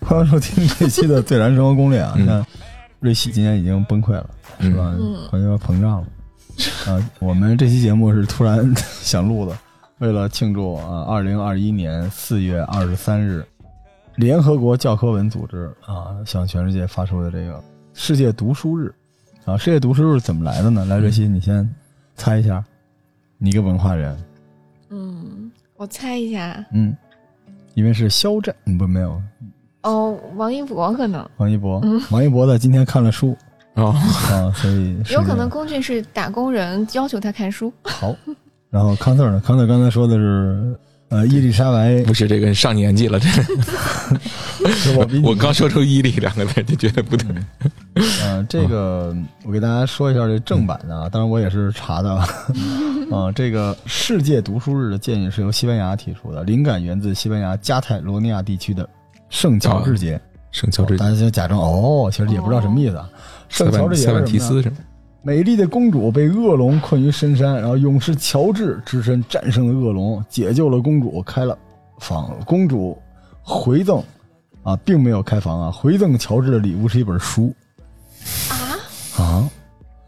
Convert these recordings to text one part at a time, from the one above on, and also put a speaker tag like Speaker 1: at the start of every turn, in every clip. Speaker 1: 欢迎收听这期的《最燃生活攻略》啊！你看，瑞喜今年已经崩溃了，是吧？朋友膨胀了啊！我们这期节目是突然想录的，为了庆祝啊，二零二一年四月二十三日，联合国教科文组织啊向全世界发出的这个世界读书日啊！世界读书日怎么来的呢？来，瑞希，你先猜一下，嗯你一个文化人，
Speaker 2: 嗯，我猜一下，
Speaker 1: 嗯，因为是肖战，嗯不没有
Speaker 2: 哦，王一博可能
Speaker 1: 王一博，王一博在今天看了书
Speaker 3: 哦，
Speaker 1: 啊，所以 是
Speaker 2: 有可能龚俊是打工人，要求他看书。
Speaker 1: 好。然后康 Sir 呢？康 Sir 刚才说的是，呃，伊丽莎白
Speaker 3: 不是这个上年纪了，这
Speaker 1: 是我比你
Speaker 3: 我刚说出“伊利”两个字就觉得不对。
Speaker 1: 嗯呃，这个
Speaker 3: 嗯
Speaker 1: 我给大家说一下这正版的啊，当然我也是查的啊。
Speaker 3: 嗯
Speaker 1: 啊这个世界读书日的建议是由西班牙提出的，灵感源自西班牙加泰罗尼亚地区的圣乔治
Speaker 3: 哦
Speaker 1: 节。哦
Speaker 3: 圣乔治
Speaker 1: 大家就假装哦，其实也不知道什么意思啊。
Speaker 3: 塞
Speaker 1: 圣乔
Speaker 3: 万
Speaker 1: 治节
Speaker 3: 塞万
Speaker 1: 是什
Speaker 3: 提
Speaker 1: 么呢
Speaker 3: 斯是吗？
Speaker 1: 美丽的公主被恶龙困于深山，然后勇士乔治只身战胜了恶龙，解救了公主，开了房。公主回赠啊，并没有开房啊，回赠乔治的礼物是一本书啊啊，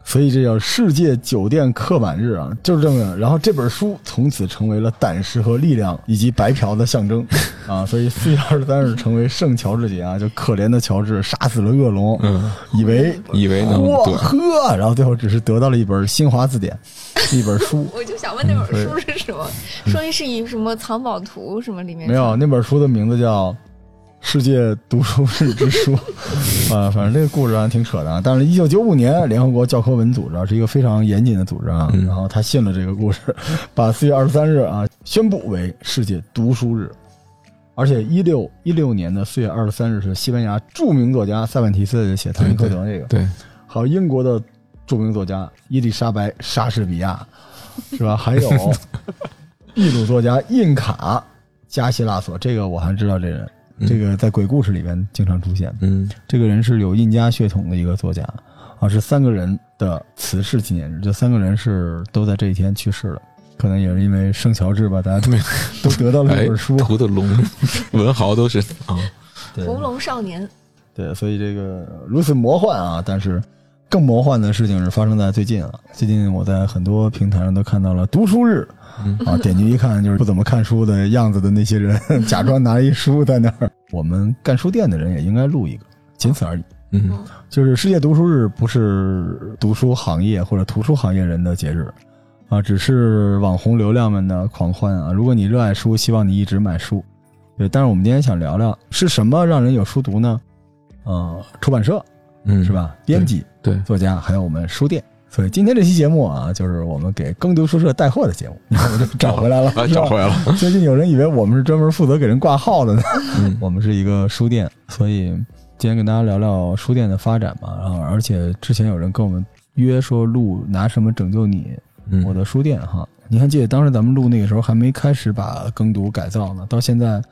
Speaker 1: 所以这叫世界酒店刻板日啊，就是这么个。然后这本书从此成为了胆识和力量以及白嫖的象征啊，所以四月二十三日成为圣乔治节啊，就可怜的乔治杀死了恶龙，
Speaker 3: 嗯，
Speaker 1: 以为
Speaker 3: 以为能
Speaker 1: 哇
Speaker 3: 对
Speaker 1: 呵，然后最后只是得到了一本新华字典，一本书
Speaker 2: 。我就想问那
Speaker 1: 嗯
Speaker 2: 本书是什么？说是以什么藏宝图什么里面
Speaker 1: 没有，那本书的名字叫《世界读书日之书》 啊，反正这个故事啊挺扯的啊。但是，一九九五年，联合国教科文组织啊是一个非常严谨的组织啊，
Speaker 3: 嗯
Speaker 1: 然后他信了这个故事，把四月二十三日啊宣布为世界读书日。而且，一六一六年的四月二十三日是西班牙著名作家塞万提斯写《唐吉诃德》这个，
Speaker 3: 对，
Speaker 1: 还有英国的著名作家伊丽莎白·莎士比亚，是吧？还有秘鲁作家印卡加西拉索，这个我还知道这人，这个在鬼故事里面经常出现。
Speaker 3: 嗯
Speaker 1: 这个人是有印加血统的一个作家啊，是三个人的辞世纪念日，这三个人是都在这一天去世了。可能也是因为圣乔治吧，大家都都得到了
Speaker 3: 哎
Speaker 1: 一本书，
Speaker 3: 图的龙 文豪都是啊，
Speaker 1: 对
Speaker 2: 红龙少年》。
Speaker 1: 对，所以这个如此魔幻啊，但是更魔幻的事情是发生在最近啊。最近我在很多平台上都看到了读书日，啊，点击一看就是不怎么看书的样子的那些人， 假装拿一书在那儿。我们干书店的人也应该录一个，仅此而已。
Speaker 3: 嗯
Speaker 1: 就是世界读书日不是读书行业或者图书行业人的节日，啊，只是网红流量们的狂欢啊！如果你热爱书，希望你一直买书。对，但是我们今天想聊聊是什么让人有书读呢？呃，出版社
Speaker 3: 嗯，
Speaker 1: 是？吧？编辑、
Speaker 3: 对，
Speaker 1: 作家，还有我们书店。所以今天这期节目啊，就是我们给耕读书社带货的节目， 你看我就找回来了，
Speaker 3: 啊，
Speaker 1: 是吧
Speaker 3: 找回来了，
Speaker 1: 最近有人以为我们是专门负责给人挂号的呢，
Speaker 3: 嗯
Speaker 1: 我们是一个书店，所以今天跟大家聊聊书店的发展吧。然后，而且之前有人跟我们约说录拿什么拯救你，
Speaker 3: 嗯
Speaker 1: 我的书店哈。你还记得当时咱们录那个时候还没开始把耕读改造呢，到现在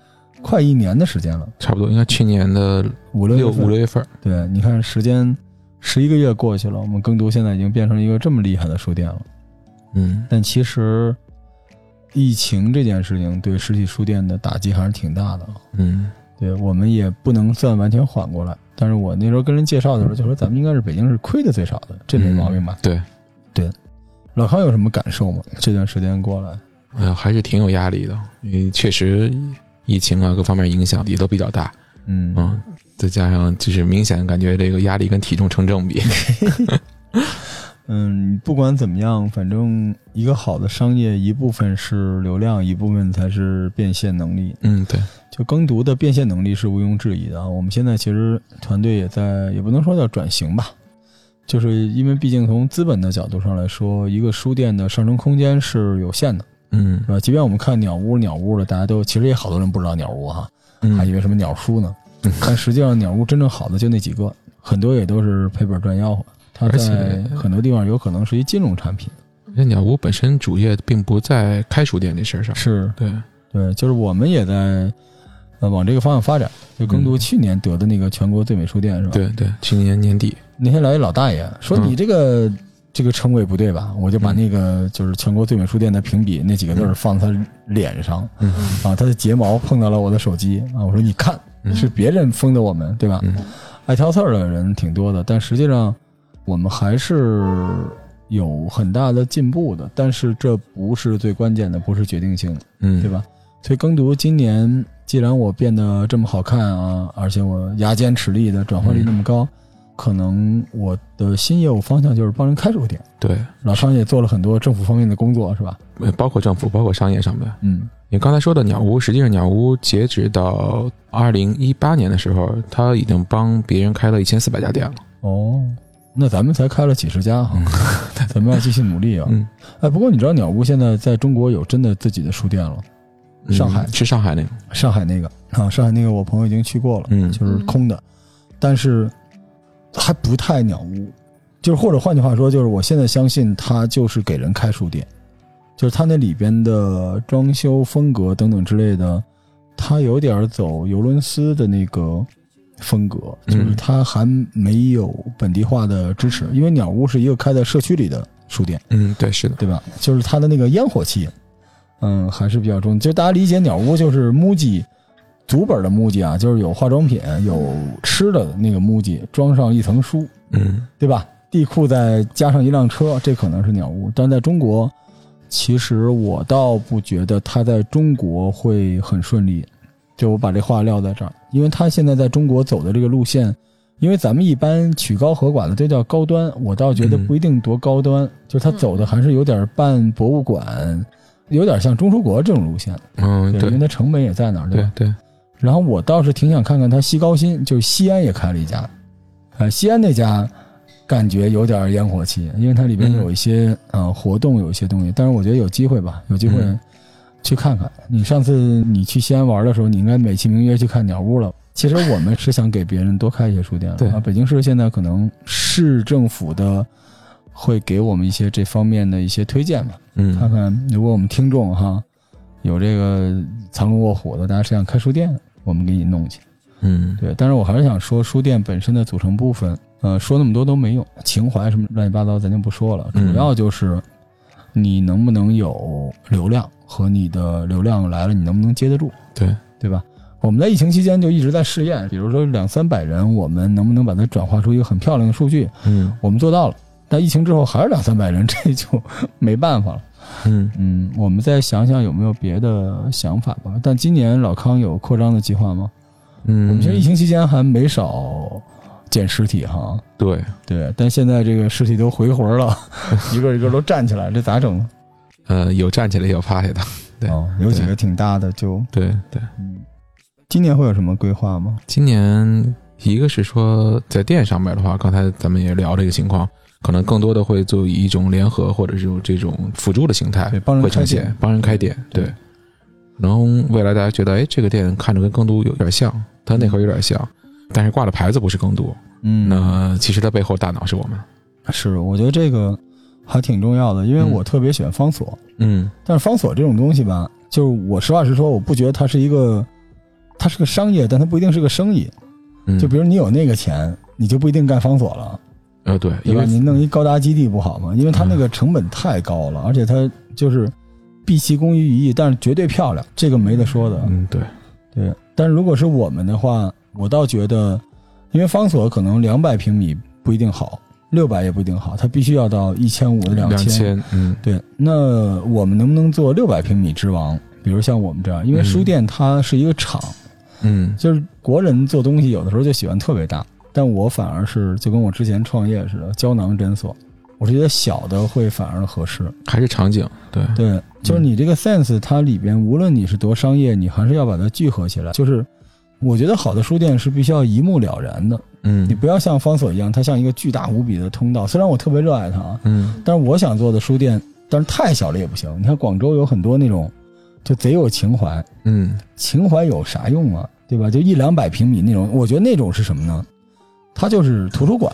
Speaker 1: 快一年的时间了，
Speaker 3: 差不多应该去年的
Speaker 1: 五六
Speaker 3: 六
Speaker 1: 月份
Speaker 3: 五六月份儿，
Speaker 1: 对，你看时间十一个月过去了，我们耕读现在已经变成一个这么厉害的书店了。
Speaker 3: 嗯
Speaker 1: 但其实疫情这件事情对实体书店的打击还是挺大的。
Speaker 3: 嗯
Speaker 1: 对我们也不能算完全缓过来。但是我那时候跟人介绍的时候就说，咱们应该是北京是亏的最少的，这没毛病吧？
Speaker 3: 对，
Speaker 1: 老康有什么感受吗？这段时间过来，
Speaker 3: 哎呀，还是挺有压力的，因为确实疫情啊各方面影响也都比较大，
Speaker 1: 嗯
Speaker 3: 嗯，再加上就是明显感觉这个压力跟体重成正比，
Speaker 1: 嗯，不管怎么样，反正一个好的商业，一部分是流量，一部分才是变现能力。
Speaker 3: 嗯，对，
Speaker 1: 就耕读的变现能力是毋庸置疑的啊。我们现在其实团队也在，也不能说叫转型吧，就是因为毕竟从资本的角度上来说，一个书店的上升空间是有限的，
Speaker 3: 嗯
Speaker 1: 是吧？即便我们看鸟屋鸟屋了，大家都其实也好多人不知道鸟屋哈，还以
Speaker 3: 嗯
Speaker 1: 为什么鸟书呢
Speaker 3: 嗯，
Speaker 1: 但实际上鸟屋真正好的就那几个，很多也都是赔本赚吆喝。它
Speaker 3: 而且
Speaker 1: 在很多地方有可能是一金融产品，
Speaker 3: 那鸟屋本身主业并不在开书店这事儿上，
Speaker 1: 是
Speaker 3: 对，
Speaker 1: 对，就是我们也在呃往这个方向发展。就耕读
Speaker 3: 嗯
Speaker 1: 去年得的那个全国最美书店是吧？
Speaker 3: 对对，去年年底，
Speaker 1: 那天来一老大爷说：“
Speaker 3: 嗯
Speaker 1: 你这个这个称谓不对吧？我就把那个就是全国最美书店的评比那几个字儿放他脸上，
Speaker 3: 嗯
Speaker 1: 啊，他的睫毛碰到了我的手机啊，我说你看
Speaker 3: 嗯
Speaker 1: 是别人封的我们，对吧？
Speaker 3: 嗯
Speaker 1: 爱挑刺儿的人挺多的，但实际上我们还是有很大的进步的，但是这不是最关键的，不是决定性的，
Speaker 3: 嗯，
Speaker 1: 对？吧？所以耕读今年，既然我变得这么好看啊，而且我牙尖齿利的转化率那么高，可能我的新业务方向就是帮人开这个店。
Speaker 3: 对，
Speaker 1: 老商也做了很多政府方面的工作，是吧？
Speaker 3: 呃包括政府，包括商业上面。
Speaker 1: 嗯
Speaker 3: 你刚才说的鸟屋，实际上鸟屋截止到二零一八年的时候，它已经帮别人开了一千四百家店了。
Speaker 1: 哦，那咱们才开了几十家哈， 咱们要继续努力啊！
Speaker 3: 嗯，
Speaker 1: 哎，不过你知道鸟屋现在在中国有真的自己的书店了，
Speaker 3: 嗯
Speaker 1: 上海
Speaker 3: 是上海那个，
Speaker 1: 上海那个啊，上海那个我朋友已经去过了，
Speaker 3: 嗯
Speaker 1: 就是空的，但是还不太鸟屋，就是或者换句话说，就是我现在相信它就是给人开书店，就是它那里边的装修风格等等之类的，它有点走尤伦斯的那个风格，就
Speaker 3: 嗯
Speaker 1: 是它还没有本地化的支持，因为鸟屋是一个开在社区里的书店。
Speaker 3: 嗯，对，是的，
Speaker 1: 对吧？就是它的那个烟火气，嗯，还是比较重。就大家理解鸟屋就是木吉，祖本的木吉啊，就是有化妆品、有吃的那个木吉，装上一层书，
Speaker 3: 嗯
Speaker 1: 对吧？地库再加上一辆车，这可能是鸟屋。但在中国，其实我倒不觉得它在中国会很顺利。就我把这话撂在这儿，因为它现在在中国走的这个路线，因为咱们一般曲高和寡的都叫高端，我倒觉得
Speaker 3: 嗯
Speaker 1: 不一定多高端，就是它走的还是有点半博物馆，有点像中书国这种路线。
Speaker 3: 嗯，
Speaker 1: 因为
Speaker 3: 对
Speaker 1: 它成本也在那儿，吧
Speaker 3: 对？对，
Speaker 1: 然后我倒是挺想看看他西高新，就是西安也开了一家，呃，西安那家感觉有点烟火气，因为它里边
Speaker 3: 嗯
Speaker 1: 有一些、呃活动，有一些东西。但是我觉得有机会吧，有机会
Speaker 3: 嗯
Speaker 1: 去看看。你上次你去西安玩的时候，你应该美其名曰去看鸟屋了。其实我们是想给别人多开一些书店的。
Speaker 3: 对
Speaker 1: 啊，北京市现在可能市政府的会给我们一些这方面的一些推荐吧。看
Speaker 3: 嗯
Speaker 1: 看如果我们听众哈有这个藏龙卧虎的，大家是想开书店，我们给你弄去。
Speaker 3: 嗯，
Speaker 1: 对，但是我还是想说，书店本身的组成部分，呃，说那么多都没用，情怀什么乱七八糟咱就不说了，
Speaker 3: 嗯
Speaker 1: 主要就是你能不能有流量和你的流量来了，你能不能接得住，
Speaker 3: 对，
Speaker 1: 对吧？我们在疫情期间就一直在试验，比如说两三百人，我们能不能把它转化出一个很漂亮的数据？
Speaker 3: 嗯
Speaker 1: 我们做到了，但疫情之后还是两三百人，这就没办法了。
Speaker 3: 嗯
Speaker 1: 嗯，我们再想想有没有别的想法吧。但今年老康有扩张的计划吗？
Speaker 3: 嗯，
Speaker 1: 我们其实疫情期间还没少见尸体哈。
Speaker 3: 嗯对，
Speaker 1: 对，但现在这个尸体都回魂 了，一个一个都站起来，这咋整呢？
Speaker 3: 呃，有站起来，有趴下的，对
Speaker 1: 哦，有几个挺大的就，
Speaker 3: 对对。
Speaker 1: 嗯，今年会有什么规划吗？
Speaker 3: 今年一个是说在店上面的话，刚才咱们也聊这个情况，可能更多的会做以一种联合或者是这种辅助的形态
Speaker 1: 对帮人
Speaker 3: 会
Speaker 1: 开店
Speaker 3: 呈现，帮人开店。
Speaker 1: 对
Speaker 3: 对，可能未来大家觉得，哎，这个店看着跟更都有点像，它内核有点像，但是挂的牌子不是更都，
Speaker 1: 嗯
Speaker 3: 那其实它背后大脑是我们。
Speaker 1: 是，我觉得这个还挺重要的，因为
Speaker 3: 嗯
Speaker 1: 我特别喜欢方所，
Speaker 3: 嗯
Speaker 1: 但是方所这种东西吧，就是我实话实说，我不觉得它是一个，它是个商业，但它不一定是个生意。
Speaker 3: 嗯，
Speaker 1: 就比如你有那个钱，你就不一定干方所了，
Speaker 3: 呃对，
Speaker 1: 对
Speaker 3: 因
Speaker 1: 吧？
Speaker 3: 为
Speaker 1: 你弄一高达基地不好吗？因为它那个成本太高了，而且它就是毕其功于一役，但是绝对漂亮，这个没得说的。
Speaker 3: 嗯对，
Speaker 1: 对，但是如果是我们的话，我倒觉得，因为方所可能两百平米不一定好，六百也不一定好，它必须要到一千五、两
Speaker 3: 两千嗯
Speaker 1: 对，那我们能不能做六百平米之王？比如像我们这样，因为
Speaker 3: 嗯
Speaker 1: 书店它是一个厂，
Speaker 3: 嗯
Speaker 1: 就是国人做东西有的时候就喜欢特别大，但我反而是就跟我之前创业似的，胶囊诊所，我是觉得小的会反而合适。
Speaker 3: 还是场景对
Speaker 1: 对，就是你这个 sense 它里边，无论你是多商业，你还是要把它聚合起来。就是我觉得好的书店是必须要一目了然的，
Speaker 3: 嗯
Speaker 1: 你不要像方所一样，它像一个巨大无比的通道。虽然我特别热爱它啊，
Speaker 3: 嗯
Speaker 1: 但是我想做的书店，但是太小了也不行。你看广州有很多那种，就贼有情怀，
Speaker 3: 嗯
Speaker 1: 情怀有啥用啊？对吧？就一两百平米那种，我觉得那种是什么呢？它就是图书馆，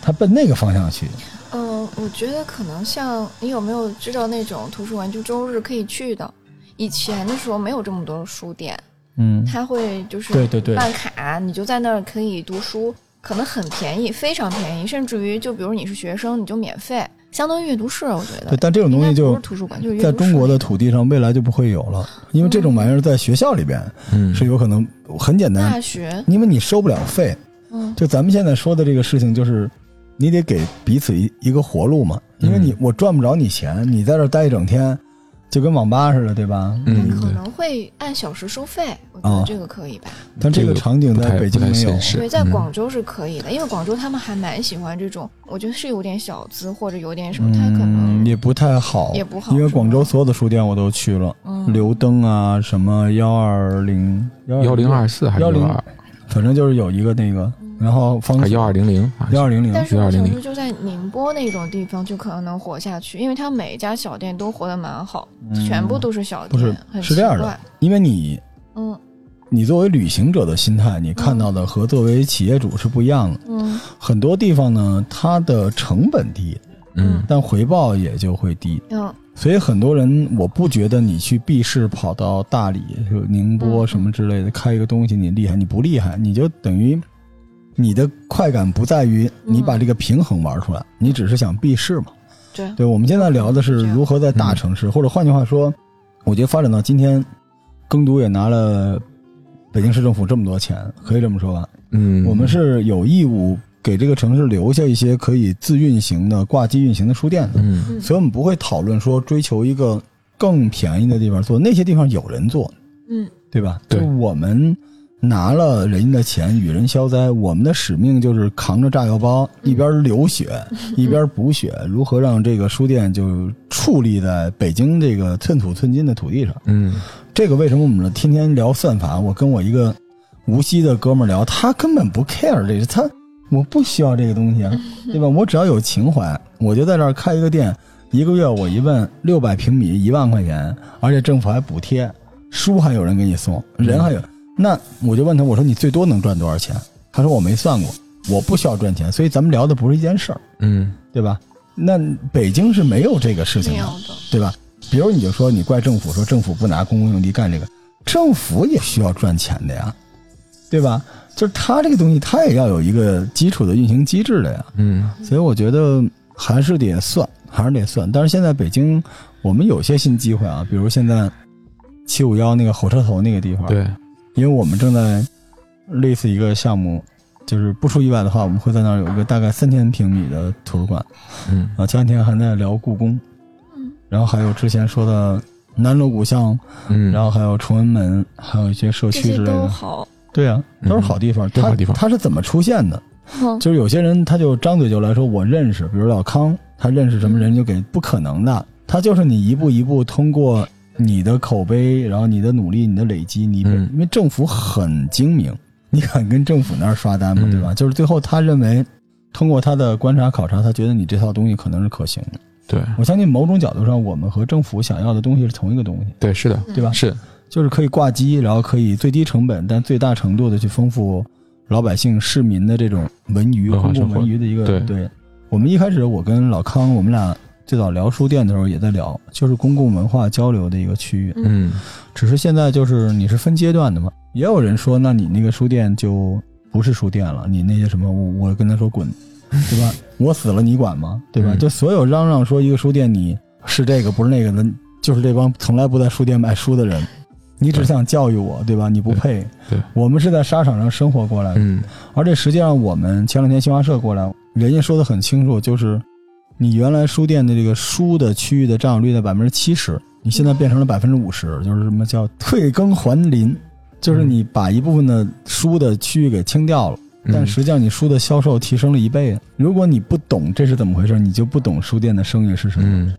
Speaker 1: 它奔那个方向去。
Speaker 2: 嗯，我觉得可能像你有没有知道那种图书馆，就周日可以去的。以前的时候没有这么多书店，
Speaker 1: 嗯
Speaker 2: 它会就是
Speaker 1: 对对对
Speaker 2: 办卡，你就在那儿可以读书，可能很便宜，非常便宜，甚至于就比如你是学生，你就免费。相当于阅读室，我觉
Speaker 1: 对，
Speaker 2: 得。
Speaker 1: 但这种东西
Speaker 2: 应该不
Speaker 1: 就是
Speaker 2: 图书馆，就是阅
Speaker 1: 在
Speaker 2: 读室
Speaker 1: 中国的
Speaker 2: 里
Speaker 1: 土地上未来就不会有了，因为这种玩意儿在学校里边
Speaker 3: 嗯，
Speaker 1: 是有可能很简单
Speaker 2: 大，学，
Speaker 1: 因为你收不了费。
Speaker 2: 嗯，
Speaker 1: 就咱们现在说的这个事情，就是你得给彼此一一个活路嘛，因为你
Speaker 2: 嗯
Speaker 1: 我赚不着你钱，你在这儿待一整天，就跟网吧似的，对吧？
Speaker 3: 嗯
Speaker 2: 可能会按小时收费，我觉
Speaker 1: 啊
Speaker 2: 得这个可以吧？
Speaker 1: 但这个场景
Speaker 3: 不
Speaker 1: 在
Speaker 3: 太
Speaker 1: 北
Speaker 3: 不
Speaker 1: 京
Speaker 3: 太
Speaker 1: 没有
Speaker 3: 现，实，
Speaker 2: 对，在
Speaker 3: 嗯
Speaker 2: 广州是可以的，因为广州他们还蛮喜欢这种，我觉得是有点小资或者有点什么，他
Speaker 1: 嗯
Speaker 2: 可能
Speaker 1: 也不太好，
Speaker 2: 也不好
Speaker 1: 因为
Speaker 2: 是
Speaker 1: 广州
Speaker 2: 吧
Speaker 1: 所有的书店我都去了，
Speaker 2: 嗯
Speaker 1: 刘登啊，什么幺二零
Speaker 3: 幺零二，四还是幺
Speaker 1: 102
Speaker 3: 二
Speaker 1: 反正就是有一个那个，然后方
Speaker 3: 啊幺二零零啊
Speaker 1: 幺二零嗯零，
Speaker 2: 嗯但是我
Speaker 3: 1200
Speaker 2: 想说，就在宁波那种地方，就可能能活下去，因为它每一家小店都活得蛮好，全部都是小店，
Speaker 1: 嗯不是
Speaker 2: 很
Speaker 1: 是这样的
Speaker 2: 奇怪
Speaker 1: 因为你
Speaker 2: 嗯
Speaker 1: 你作为旅行者的心态，你看到的和作为企业主是不一样的。
Speaker 2: 嗯
Speaker 1: 很多地方呢，它的成本低，
Speaker 3: 嗯
Speaker 1: 但回报也就会低。
Speaker 2: 嗯
Speaker 1: 所以很多人，我不觉得你去 B 市跑到大理、就宁波什么之类的开一个东西，你厉害，你不厉害，你就等于你的快感不在于你把这个平衡玩出来，你只是想 B 市嘛。
Speaker 2: 对，
Speaker 1: 对，我们现在聊的是如何在大城市，或者换句话说，我觉得发展到今天，耕读也拿了北京市政府这么多钱，可以这么说吧？
Speaker 3: 嗯，
Speaker 1: 我们是有义务给这个城市留下一些可以自运行的、挂机运行的书店的，
Speaker 3: 嗯
Speaker 2: 嗯
Speaker 1: 所以我们不会讨论说追求一个更便宜的地方做，那些地方有人做，
Speaker 2: 嗯
Speaker 1: 对吧？
Speaker 3: 对
Speaker 1: 就我们拿了人家的钱与人消灾，我们的使命就是扛着炸药包，一边流血、一边补血，如何让这个书店就矗立在北京这个寸土寸金的土地上？
Speaker 3: 嗯
Speaker 1: 这个为什么我们天天聊算法？我跟我一个无锡的哥们儿聊，他根本不 care 这个，他我不需要这个东西 啊，对吧？我只要有情怀，我就在这儿开一个店，一个月我一问六百平米一万块钱，而且政府还补贴，书还有人给你送，人还有。
Speaker 2: 嗯
Speaker 1: 那我就问他，我说你最多能赚多少钱？他说我没算过，我不需要赚钱，所以咱们聊的不是一件事儿，
Speaker 3: 嗯
Speaker 1: 对吧？那北京是没有这个事情
Speaker 2: 没
Speaker 1: 的
Speaker 2: 有，的，
Speaker 1: 对吧？比如你就说你怪政府，说政府不拿公共用地干这个，政府也需要赚钱的呀，对吧？就是它这个东西，它也要有一个基础的运行机制的呀。
Speaker 3: 嗯
Speaker 1: 所以我觉得还是得算，还是得算。但是现在北京，我们有些新机会啊，比如现在七五幺那个火车头那个地方，，
Speaker 3: 对
Speaker 1: 因为我们正在类似一个项目，就是不出意外的话，我们会在那儿有一个大概三千平米的图书馆。
Speaker 3: 嗯
Speaker 1: 啊，前两天还在聊故宫，
Speaker 2: 嗯，
Speaker 1: 然后还有之前说的南锣鼓巷，
Speaker 3: 嗯，
Speaker 1: 然后还有崇文门，还有一些社
Speaker 2: 这
Speaker 1: 区之
Speaker 2: 些
Speaker 1: 类
Speaker 2: 都
Speaker 1: 的，
Speaker 2: 好，
Speaker 1: 对啊，都是
Speaker 3: 嗯
Speaker 1: 好地方。
Speaker 3: 都是
Speaker 1: 它
Speaker 3: 好地方
Speaker 1: 它是怎么出现的？
Speaker 2: 嗯
Speaker 1: 就是有些人他就张嘴就来说我认识，比如老康，他认识什么人就给，不可能
Speaker 2: 嗯
Speaker 1: 的，他就是你一步一步通过你的口碑，然后你的努力，你的累积，你、
Speaker 3: 嗯
Speaker 1: 因为政府很精明，你敢跟政府那儿刷单吗？
Speaker 3: 嗯
Speaker 1: 对吧？就是最后他认为。通过他的观察考察，他觉得你这套东西可能是可行的。
Speaker 3: 对
Speaker 1: 我相信某种角度上，我们和政府想要的东西是同一个东西，
Speaker 3: 对是的，
Speaker 1: 对吧？
Speaker 3: 是
Speaker 1: 就是可以挂机，然后可以最低成本，但最大程度的去丰富老百姓、市民的这种文娱、
Speaker 3: 文化
Speaker 1: 公
Speaker 3: 生
Speaker 1: 共
Speaker 3: 活
Speaker 1: 文娱的一个
Speaker 3: 对
Speaker 1: 我们一开始，我跟老康，我们俩最早聊书店的时候也在聊，就是公共文化交流的一个区域。
Speaker 3: 嗯
Speaker 1: 只是现在就是你是分阶段的嘛，也有人说，那你那个书店就不是书店了，你那些什么，我我跟他说滚，对吧？ 我死了你管吗？对吧？
Speaker 3: 嗯
Speaker 1: 就所有嚷嚷说一个书店你是这个不是那个的，就是这帮从来不在书店买书的人，你只想教育我，对吧？你不配。
Speaker 3: 对
Speaker 1: 我们是在沙场上生活过来的，
Speaker 3: 嗯
Speaker 1: 而这实际上我们前两天新华社过来，人家说的很清楚，就是你原来书店的这个书的区域的占有率在百分之七十，你现在变成了百分之五十，就是什么叫退耕还林，就是你把一部分的书的区域给清掉了。
Speaker 3: 嗯
Speaker 1: 但实际上，你书的销售提升了一倍。啊如果你不懂这是怎么回事，你就不懂书店的生意是什么。
Speaker 3: 嗯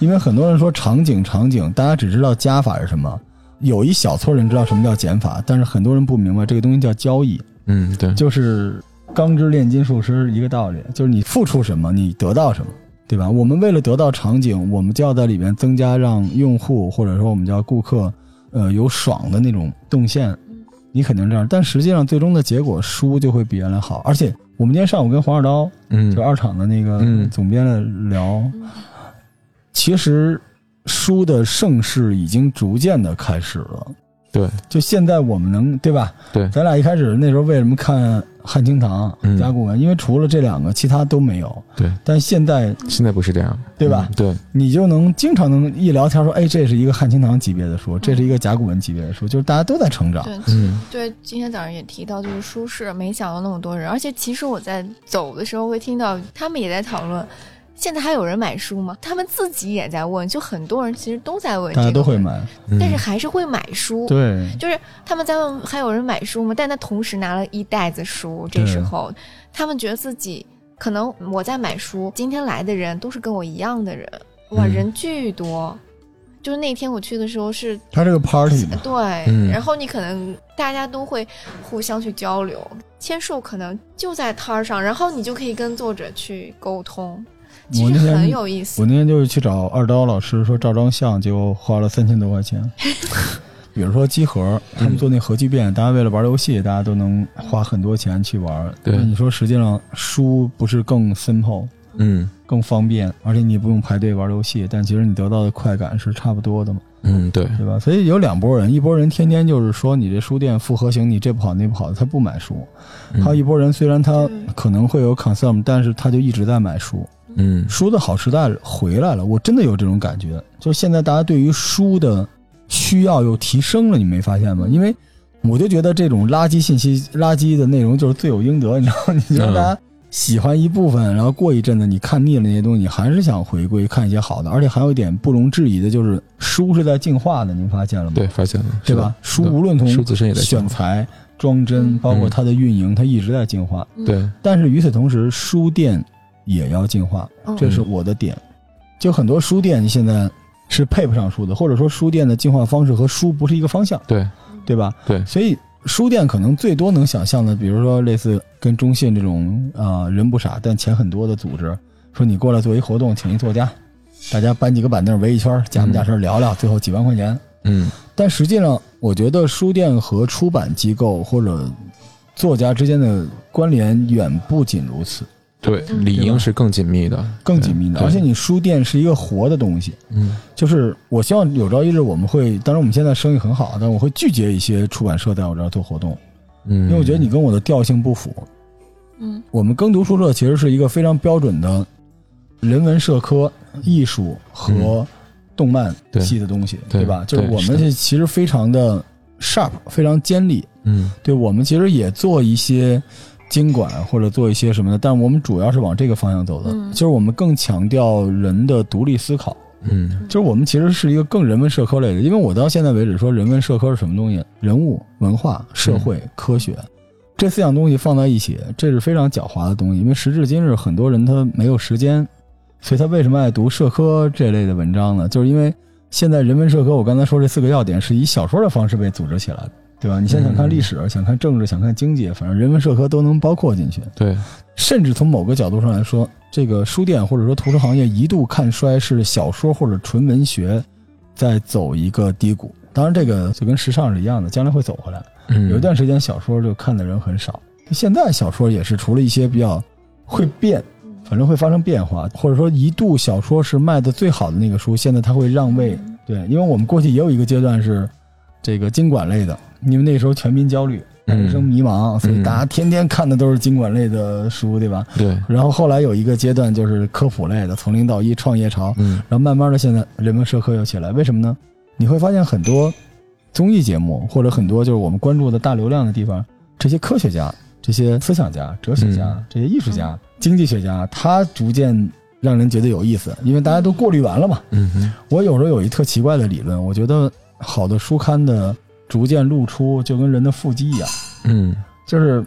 Speaker 1: 因为很多人说场景场景，大家只知道加法是什么，有一小撮人知道什么叫减法，但是很多人不明白这个东西叫交易。
Speaker 3: 嗯对
Speaker 1: 就是钢之炼金术师一个道理，就是你付出什么，你得到什么，对吧？我们为了得到场景，我们就要在里面增加让用户或者说我们叫顾客，呃，有爽的那种动线。你肯定这样，但实际上最终的结果书就会比原来好。而且我们今天上午跟黄二刀
Speaker 3: 嗯
Speaker 1: 就二厂的那个
Speaker 3: 嗯
Speaker 1: 总编来聊，其实书的盛世已经逐渐的开始了。
Speaker 3: 对
Speaker 1: 就现在我们能对吧？
Speaker 3: 对
Speaker 1: 咱俩一开始那时候为什么看汉清堂
Speaker 3: 嗯、
Speaker 1: 甲骨文？因为除了这两个，其他都没有。
Speaker 3: 对，
Speaker 1: 但现在
Speaker 3: 现在不是这样，
Speaker 1: 对吧
Speaker 3: 嗯对，
Speaker 1: 你就能经常能一聊天说，哎，这是一个汉清堂级别的书，这是一个甲骨文级别的书，就是大家都在成长。
Speaker 2: 嗯对
Speaker 3: 嗯，
Speaker 2: 对，今天早上也提到，就是舒适，没想到那么多人，而且其实我在走的时候会听到他们也在讨论。现在还有人买书吗？他们自己也在问，就很多人其实都在问，
Speaker 1: 大家都会，买，
Speaker 3: 嗯
Speaker 2: 但是还是会买书。
Speaker 1: 对，
Speaker 2: 就是他们在问还有人买书吗？但他同时拿了一袋子书，这时候他们觉得自己可能我在买书，今天来的人都是跟我一样的人，哇，
Speaker 3: 嗯
Speaker 2: 人巨多。就是那天我去的时候是
Speaker 1: 它是个 party 嘛，
Speaker 2: 对，
Speaker 3: 嗯
Speaker 2: 然后你可能大家都会互相去交流，签售可能就在摊儿上，然后你就可以跟作者去沟通，其
Speaker 1: 我
Speaker 2: 实
Speaker 1: 那天
Speaker 2: 很有意思
Speaker 1: 我。那天就是去找二刀老师说照张相，结果花了三千多块钱。比如说机核，他们做那核聚变，大家为了玩游戏，大家都能花很多钱去玩。
Speaker 3: 对
Speaker 1: 那你说实际上书不是更 simple、
Speaker 3: 嗯
Speaker 1: 更方便，而且你不用排队玩游戏，但其实你得到的快感是差不多的嘛，
Speaker 3: 嗯对，
Speaker 1: 对吧？所以有两拨人，一拨人天天就是说你这书店复合型，你这不好那不好，他不买书；
Speaker 3: 嗯
Speaker 1: 还有一拨人虽然他
Speaker 2: 嗯
Speaker 1: 可能会有 consume，但是他就一直在买书。
Speaker 3: 嗯
Speaker 1: 书的好时代回来了，我真的有这种感觉。就是现在大家对于书的需要又提升了，你没发现吗？因为我就觉得这种垃圾信息、垃圾的内容就是罪有应得，你知道吗？ 你就让大
Speaker 3: 嗯
Speaker 1: 家喜欢一部分，然后过一阵子你看腻了那些东西，你还是想回归看一些好的。而且还有一点不容置疑的就是，书是在进化的，您发现了吗？
Speaker 3: 对，发现了，
Speaker 1: 对
Speaker 3: 是
Speaker 1: 吧
Speaker 3: 的？
Speaker 1: 书无论从
Speaker 3: 书自身也在进
Speaker 1: 选
Speaker 3: 化
Speaker 1: 材、装帧，
Speaker 2: 嗯
Speaker 1: 包括它的运营，它一直在进化。
Speaker 2: 嗯
Speaker 3: 对，
Speaker 1: 但是与此同时，书店也要进化，
Speaker 2: 嗯
Speaker 1: 这是我的点。就很多书店现在是配不上书的，或者说书店的进化方式和书不是一个方向，
Speaker 3: 对，
Speaker 1: 对吧？
Speaker 3: 对
Speaker 1: 所以书店可能最多能想象的，比如说类似跟中信这种啊、呃人不傻但钱很多的组织，说你过来做一活动，请一作家，大家搬几个板凳围一圈，假模假式聊聊，最后几万块钱。
Speaker 3: 嗯
Speaker 1: 但实际上，我觉得书店和出版机构或者作家之间的关联远不仅如此。
Speaker 3: 对，
Speaker 2: 嗯
Speaker 3: 理应是更紧密的，
Speaker 1: 更紧密的，
Speaker 3: 对
Speaker 1: 而且你书店是一个活的东西，
Speaker 3: 嗯
Speaker 1: 就是我希望有朝一日我们会，当然我们现在生意很好，但我会拒绝一些出版社在我这儿做活动，
Speaker 3: 嗯，
Speaker 1: 因为我觉得你跟我的调性不符。
Speaker 2: 嗯
Speaker 1: 我们耕读书社其实是一个非常标准的人文社科、艺术和动漫
Speaker 3: 嗯对
Speaker 1: 系的东西，
Speaker 3: 对
Speaker 1: 对吧？就是
Speaker 3: 对
Speaker 1: 我
Speaker 3: 是
Speaker 1: 们
Speaker 3: 的
Speaker 1: 是其实非常的 sharp，非常尖利，
Speaker 3: 嗯
Speaker 1: 对我们其实也做一些经管或者做一些什么的，但我们主要是往这个方向走的，
Speaker 2: 嗯
Speaker 1: 就是我们更强调人的独立思考。
Speaker 3: 嗯
Speaker 1: 就是我们其实是一个更人文社科类的，因为我到现在为止说人文社科是什么东西，人物、文化、社会、科学这四样东西放在一起，这是非常狡猾的东西。因为时至今日，很多人他没有时间，所以他为什么爱读社科这类的文章呢？就是因为现在人文社科，我刚才说这四个要点是以小说的方式被组织起来的。对吧？你现在想看历史，想看政治，想看经济，反正人文社科都能包括进去。
Speaker 3: 对，
Speaker 1: 甚至从某个角度上来说，这个书店或者说图书行业一度看衰是小说或者纯文学在走一个低谷。当然，这个就跟时尚是一样的，将来会走回来。
Speaker 3: 嗯
Speaker 1: 有一段时间小说就看的人很少，现在小说也是除了一些比较会变，反正会发生变化，或者说一度小说是卖的最好的那个书，现在它会让
Speaker 2: 嗯
Speaker 1: 位。对，因为我们过去也有一个阶段是这个经管类的，因为那时候全民焦虑。
Speaker 3: 嗯
Speaker 1: 人生迷茫，所以大家天天看的都是经管类的书，对吧？
Speaker 3: 对，
Speaker 1: 然后后来有一个阶段就是科普类的，从零到一创业潮，
Speaker 3: 嗯
Speaker 1: 然后慢慢的现在人文社科又起来，为什么呢？你会发现很多综艺节目或者很多就是我们关注的大流量的地方，这些科学家、这些思想家、哲学家、
Speaker 3: 嗯
Speaker 1: 这些艺术家、经济学家，他逐渐让人觉得有意思，因为大家都过滤完了嘛。
Speaker 3: 嗯哼
Speaker 1: 我有时候有一特奇怪的理论，我觉得好的书刊的逐渐露出就跟人的腹肌一样。
Speaker 3: 嗯
Speaker 1: 就是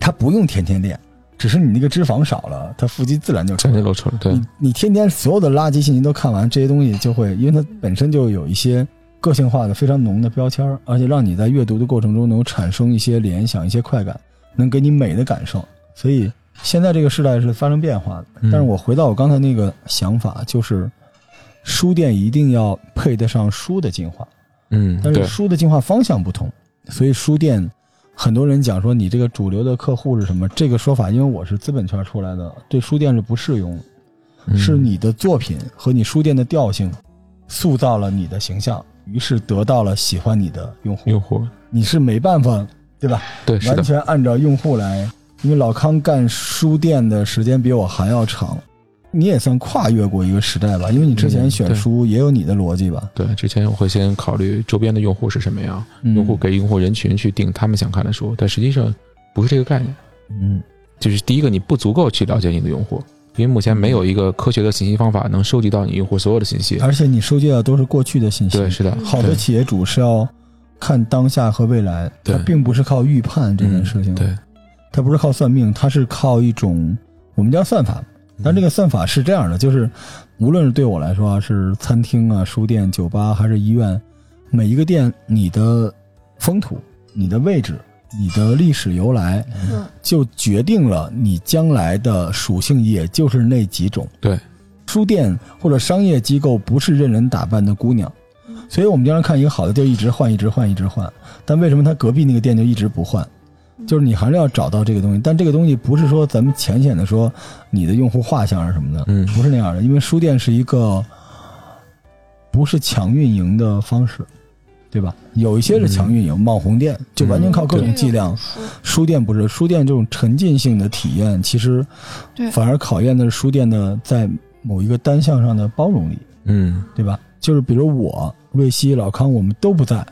Speaker 1: 他不用天天练，只是你那个脂肪少了，他腹肌自然就出
Speaker 3: 真
Speaker 1: 来
Speaker 3: 的
Speaker 1: 了。
Speaker 3: 露出来，对，
Speaker 1: 你你天天所有的垃圾信息都看完，这些东西就会，因为它本身就有一些个性化的非常浓的标签儿，而且让你在阅读的过程中能产生一些联想、一些快感，能给你美的感受。所以现在这个时代是发生变化的。
Speaker 3: 嗯
Speaker 1: 但是我回到我刚才那个想法，就是书店一定要配得上书的进化。
Speaker 3: 嗯
Speaker 1: 但
Speaker 3: 对
Speaker 1: 是，书的进化方向不同，所以书店很多人讲说你这个主流的客户是什么？这个说法，因为我是资本圈出来的，对书店是不适用的。
Speaker 3: 嗯
Speaker 1: 是你的作品和你书店的调性塑造了你的形象，于是得到了喜欢你的用户，
Speaker 3: 用户
Speaker 1: 你是没办法，对吧？
Speaker 3: 对是
Speaker 1: 完
Speaker 3: 的，
Speaker 1: 全按照用户来，因为老康干书店的时间比我还要长，你也算跨越过一个时代吧，因为你之前
Speaker 3: 嗯
Speaker 1: 选
Speaker 3: 对
Speaker 1: 书也有你的逻辑吧，
Speaker 3: 对之前我会先考虑周边的用户是什么样，
Speaker 1: 嗯
Speaker 3: 用户给用户人群去定他们想看的书，但实际上不是这个概念。
Speaker 1: 嗯
Speaker 3: 就是第一个，你不足够去了解你的用户，因为目前没有一个科学的信息方法能收集到你用户所有的信息。
Speaker 1: 而且你收集的都是过去的信息。
Speaker 3: 对，是的，
Speaker 1: 好的
Speaker 3: 对
Speaker 1: 企业主是要看当下和未来，
Speaker 3: 对
Speaker 1: 他并不是靠预判这件
Speaker 3: 嗯
Speaker 1: 事情，
Speaker 3: 对，
Speaker 1: 他不是靠算命，他是靠一种我们叫算法。
Speaker 3: 嗯
Speaker 1: 但这个算法是这样的，就是无论是对我来说啊，是餐厅啊、书店、酒吧还是医院，每一个店你的风土、你的位置、你的历史由来，
Speaker 2: 嗯
Speaker 1: 就决定了你将来的属性，也就是那几种。
Speaker 3: 对，
Speaker 1: 书店或者商业机构不是任人打扮的姑娘
Speaker 2: 嗯，
Speaker 1: 所以我们经常看一个好的地儿一直换，一直换，一直换。但为什么他隔壁那个店就一直不换？就是你还是要找到这个东西，但这个东西不是说咱们浅显的说你的用户画像是什么的，
Speaker 3: 嗯
Speaker 1: 不是那样的，因为书店是一个不是强运营的方式，对吧？有一些是强运
Speaker 3: 嗯
Speaker 1: 营，网红店就完全靠各
Speaker 2: 嗯
Speaker 1: 种伎俩，书店不是，书店这种沉浸性的体验，其实
Speaker 2: 对
Speaker 1: 反而考验的是书店的在某一个单项上的包容力，
Speaker 3: 嗯，
Speaker 1: 对吧？就是比如我、瑞希、老康，我们都不在，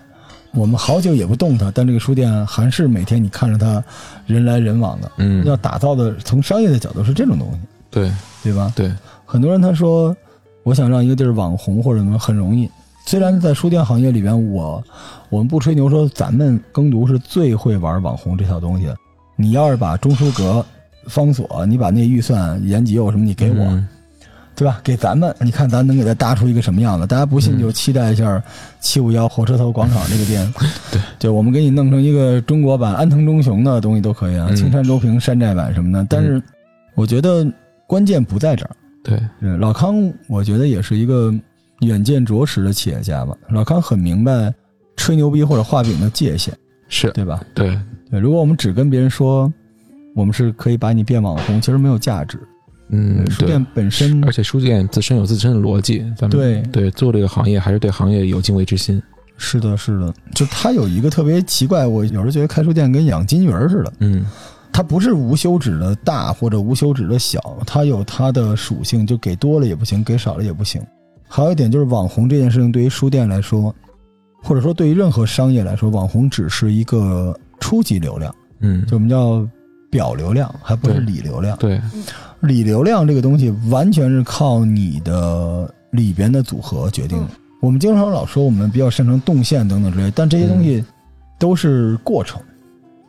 Speaker 1: 我们好久也不动它，但这个书店还是每天你看着它人来人往的。
Speaker 3: 嗯
Speaker 1: 要打造的，从商业的角度是这种东西，
Speaker 3: 对
Speaker 1: 对吧？
Speaker 3: 对，
Speaker 1: 很多人他说，我想让一个地儿网红或者什么很容易。虽然在书店行业里边，我我们不吹牛说咱们耕读是最会玩网红这套东西。你要是把中书阁、方所，你把那预算、延吉有什么，你给我，
Speaker 3: 嗯
Speaker 1: 对吧？给咱们，你看咱能给它搭出一个什么样子？大家不信
Speaker 3: 嗯
Speaker 1: 就期待一下七五幺火车头广场这个店。
Speaker 3: 对，
Speaker 1: 就我们给你弄成一个中国版安藤忠雄的东西都可以啊，
Speaker 3: 嗯
Speaker 1: 青山周平山寨版什么的。但是我觉得关键不在这儿。
Speaker 3: 对，
Speaker 1: 对，呃老康我觉得也是一个远见卓识的企业家吧。老康很明白吹牛逼或者画饼的界限，
Speaker 3: 是，
Speaker 1: 对吧？
Speaker 3: 对，
Speaker 1: 对，如果我们只跟别人说我们是可以把你变网红，其实没有价值。
Speaker 3: 嗯，
Speaker 1: 书
Speaker 3: 对
Speaker 1: 店。本身
Speaker 3: 而且书店自身有自身的逻辑，咱们
Speaker 1: 对
Speaker 3: 对做这个行业还是对行业有敬畏之心。
Speaker 1: 是的，是的，就他有一个特别奇怪，我有时候觉得开书店跟养金鱼儿似的，
Speaker 3: 嗯，
Speaker 1: 它不是无休止的大或者无休止的小，它有它的属性，就给多了也不行，给少了也不行。还有一点就是网红这件事情，对于书店来说，或者说对于任何商业来说，网红只是一个初级流量，
Speaker 3: 嗯，
Speaker 1: 就我们叫表流量，还不是
Speaker 3: 对
Speaker 1: 里流量。
Speaker 3: 对，
Speaker 1: 里流量这个东西完全是靠你的里边的组合决定的。我们经常老说我们比较擅长动线等等之类，但这些东西都是过程，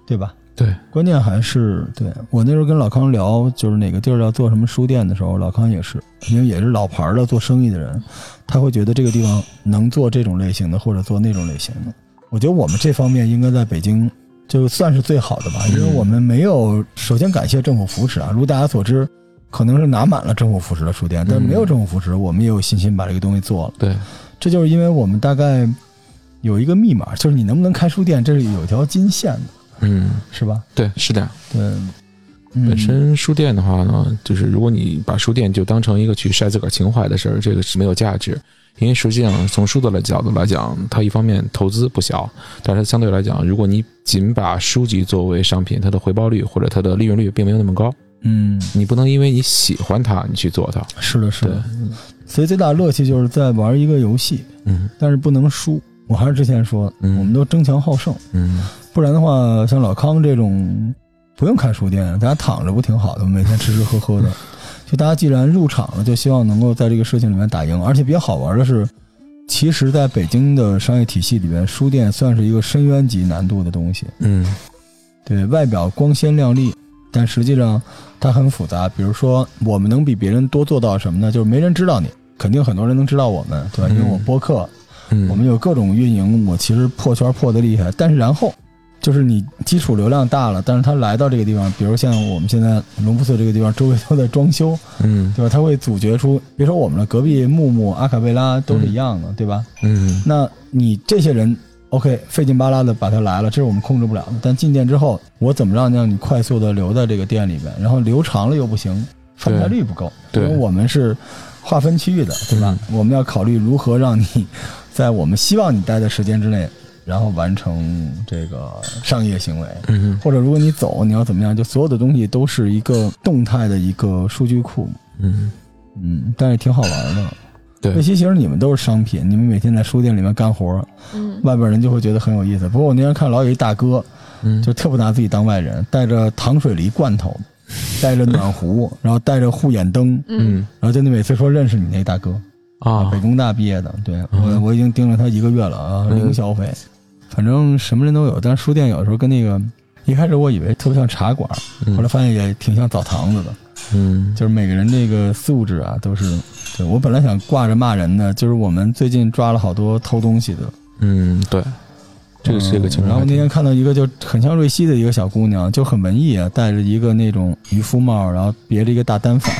Speaker 1: 对吧？
Speaker 3: 对，
Speaker 1: 关键还是对我那时候跟老康聊，就是哪个地儿要做什么书店的时候，老康也是，因为也是老牌儿的做生意的人，他会觉得这个地方能做这种类型的，或者做那种类型的。我觉得我们这方面应该在北京就算是最好的吧，因为我们没有首先感谢政府扶持啊，如大家所知，可能是拿满了政府扶持的书店，但是
Speaker 3: 嗯
Speaker 1: 没有政府扶持，我们也有信心把这个东西做了。
Speaker 3: 对，
Speaker 1: 这就是因为我们大概有一个密码，就是你能不能开书店，这是有条金线的，
Speaker 3: 嗯，
Speaker 1: 是吧？
Speaker 3: 对，是的。
Speaker 1: 对，嗯
Speaker 3: 本身书店的话呢，就是如果你把书店就当成一个去晒自个儿情怀的事儿，这个是没有价值。因为实际上从书的来角度来讲，它一方面投资不小，但是它相对来讲，如果你仅把书籍作为商品，它的回报率或者它的利润率并没有那么高。
Speaker 1: 嗯，
Speaker 3: 你不能因为你喜欢它，你去做它。
Speaker 1: 是的，是
Speaker 3: 对
Speaker 1: 的。，所以最大的乐趣就是在玩一个游戏，
Speaker 3: 嗯
Speaker 1: 但是不能输。我还是之前说的，
Speaker 3: 嗯
Speaker 1: 我们都争强好胜，
Speaker 3: 嗯，
Speaker 1: 不然的话，像老康这种不用开书店，大家躺着不挺好的吗？每天吃吃喝喝的。就大家既然入场了，就希望能够在这个事情里面打赢。而且比较好玩的是，其实在北京的商业体系里面，书店算是一个深渊级难度的东西。
Speaker 3: 嗯
Speaker 1: 对外表光鲜亮丽，但实际上它很复杂。比如说，我们能比别人多做到什么呢？就是没人知道你，肯定很多人能知道我们，对吧？因为我
Speaker 3: 嗯
Speaker 1: 播客，
Speaker 3: 嗯，
Speaker 1: 我们有各种运营，我其实破圈破的厉害。但是然后就是你基础流量大了，但是他来到这个地方，比如像我们现在龙福寺这个地方，周围都在装修，
Speaker 3: 嗯
Speaker 1: 对吧？他会阻绝出，别说我们了，隔壁木木、阿卡贝拉都是一样的，对吧？
Speaker 3: 嗯
Speaker 1: 那你这些人，OK，费劲巴拉的把他来了，这是我们控制不了的。但进店之后，我怎么让让你快速的留在这个店里边？然后留长了又不行，翻台率不够，
Speaker 3: 对嗯
Speaker 1: 因为我们是划分区域的，对吧？我们要考虑如何让你在我们希望你待的时间之内，然后完成这个商业行为。
Speaker 3: 嗯
Speaker 1: 或者如果你走，你要怎么样？就所有的东西都是一个动态的一个数据库，
Speaker 3: 嗯，
Speaker 1: 嗯，但是挺好玩的。
Speaker 3: 对
Speaker 1: 那些其实你们都是商品，你们每天在书店里面干活，
Speaker 2: 嗯，
Speaker 1: 外边人就会觉得很有意思。不过我那天看老有一大哥，
Speaker 3: 嗯
Speaker 1: 就特不拿自己当外人，带着糖水梨罐头，带着暖壶，然后带着护眼灯，
Speaker 2: 嗯
Speaker 3: 嗯
Speaker 1: 然后就那每次说认识你那大哥，
Speaker 3: 啊
Speaker 1: 北，工大毕业的，对我
Speaker 3: 嗯
Speaker 1: 我已经盯了他一个月了啊，
Speaker 3: 嗯
Speaker 1: 零消费，反正什么人都有。但是书店有时候跟那个一开始我以为特别像茶馆，
Speaker 3: 嗯
Speaker 1: 后来发现也挺像澡堂子的，
Speaker 3: 嗯
Speaker 1: 就是每个人这个素质啊都是。对我本来想挂着骂人的，就是我们最近抓了好多偷东西的，
Speaker 3: 嗯，对，这个是一个
Speaker 1: 嗯
Speaker 3: 情况。
Speaker 1: 然后那天看到一个就很像瑞希的一个小姑娘，就很文艺啊，戴着一个那种渔夫帽，然后别着一个大单反，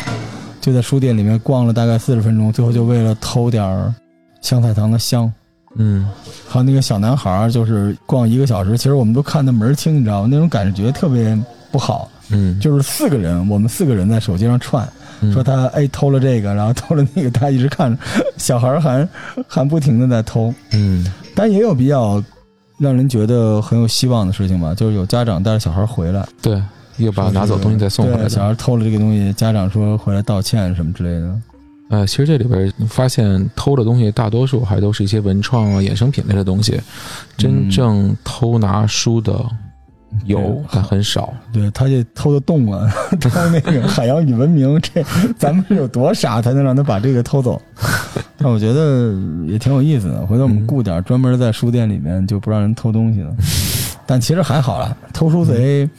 Speaker 1: 就在书店里面逛了大概四十分钟，最后就为了偷点儿香菜糖的香。
Speaker 3: 嗯
Speaker 1: 还有那个小男孩儿，就是逛一个小时，其实我们都看得门儿清，你知道吗？那种感觉特别不好。
Speaker 3: 嗯，
Speaker 1: 就是四个人，我们四个人在手机上串，
Speaker 3: 嗯
Speaker 1: 说他哎偷了这个，然后偷了那个，他哎一直看着，小孩儿还还不停的在偷。
Speaker 3: 嗯
Speaker 1: 但也有比较让人觉得很有希望的事情吧，就是有家长带着小孩回来，
Speaker 3: 对，又把拿走东西再送回来
Speaker 1: 对小
Speaker 3: 的。
Speaker 1: 孩偷了这个东西，家长说回来道歉什么之类的。
Speaker 3: 呃，其实这里边发现偷的东西，大多数还都是一些文创啊、衍生品类的东
Speaker 1: 嗯
Speaker 3: 西。真正偷拿书的有
Speaker 1: 对，
Speaker 3: 但很少。
Speaker 1: 对，他这偷的动了， 偷那个海洋与文明，这咱们有多傻才能让他把这个偷 走？但我觉得也挺有意思的，回头我们雇点儿专门在书店里面就不让人偷东西的。但其实还好啦，偷书贼，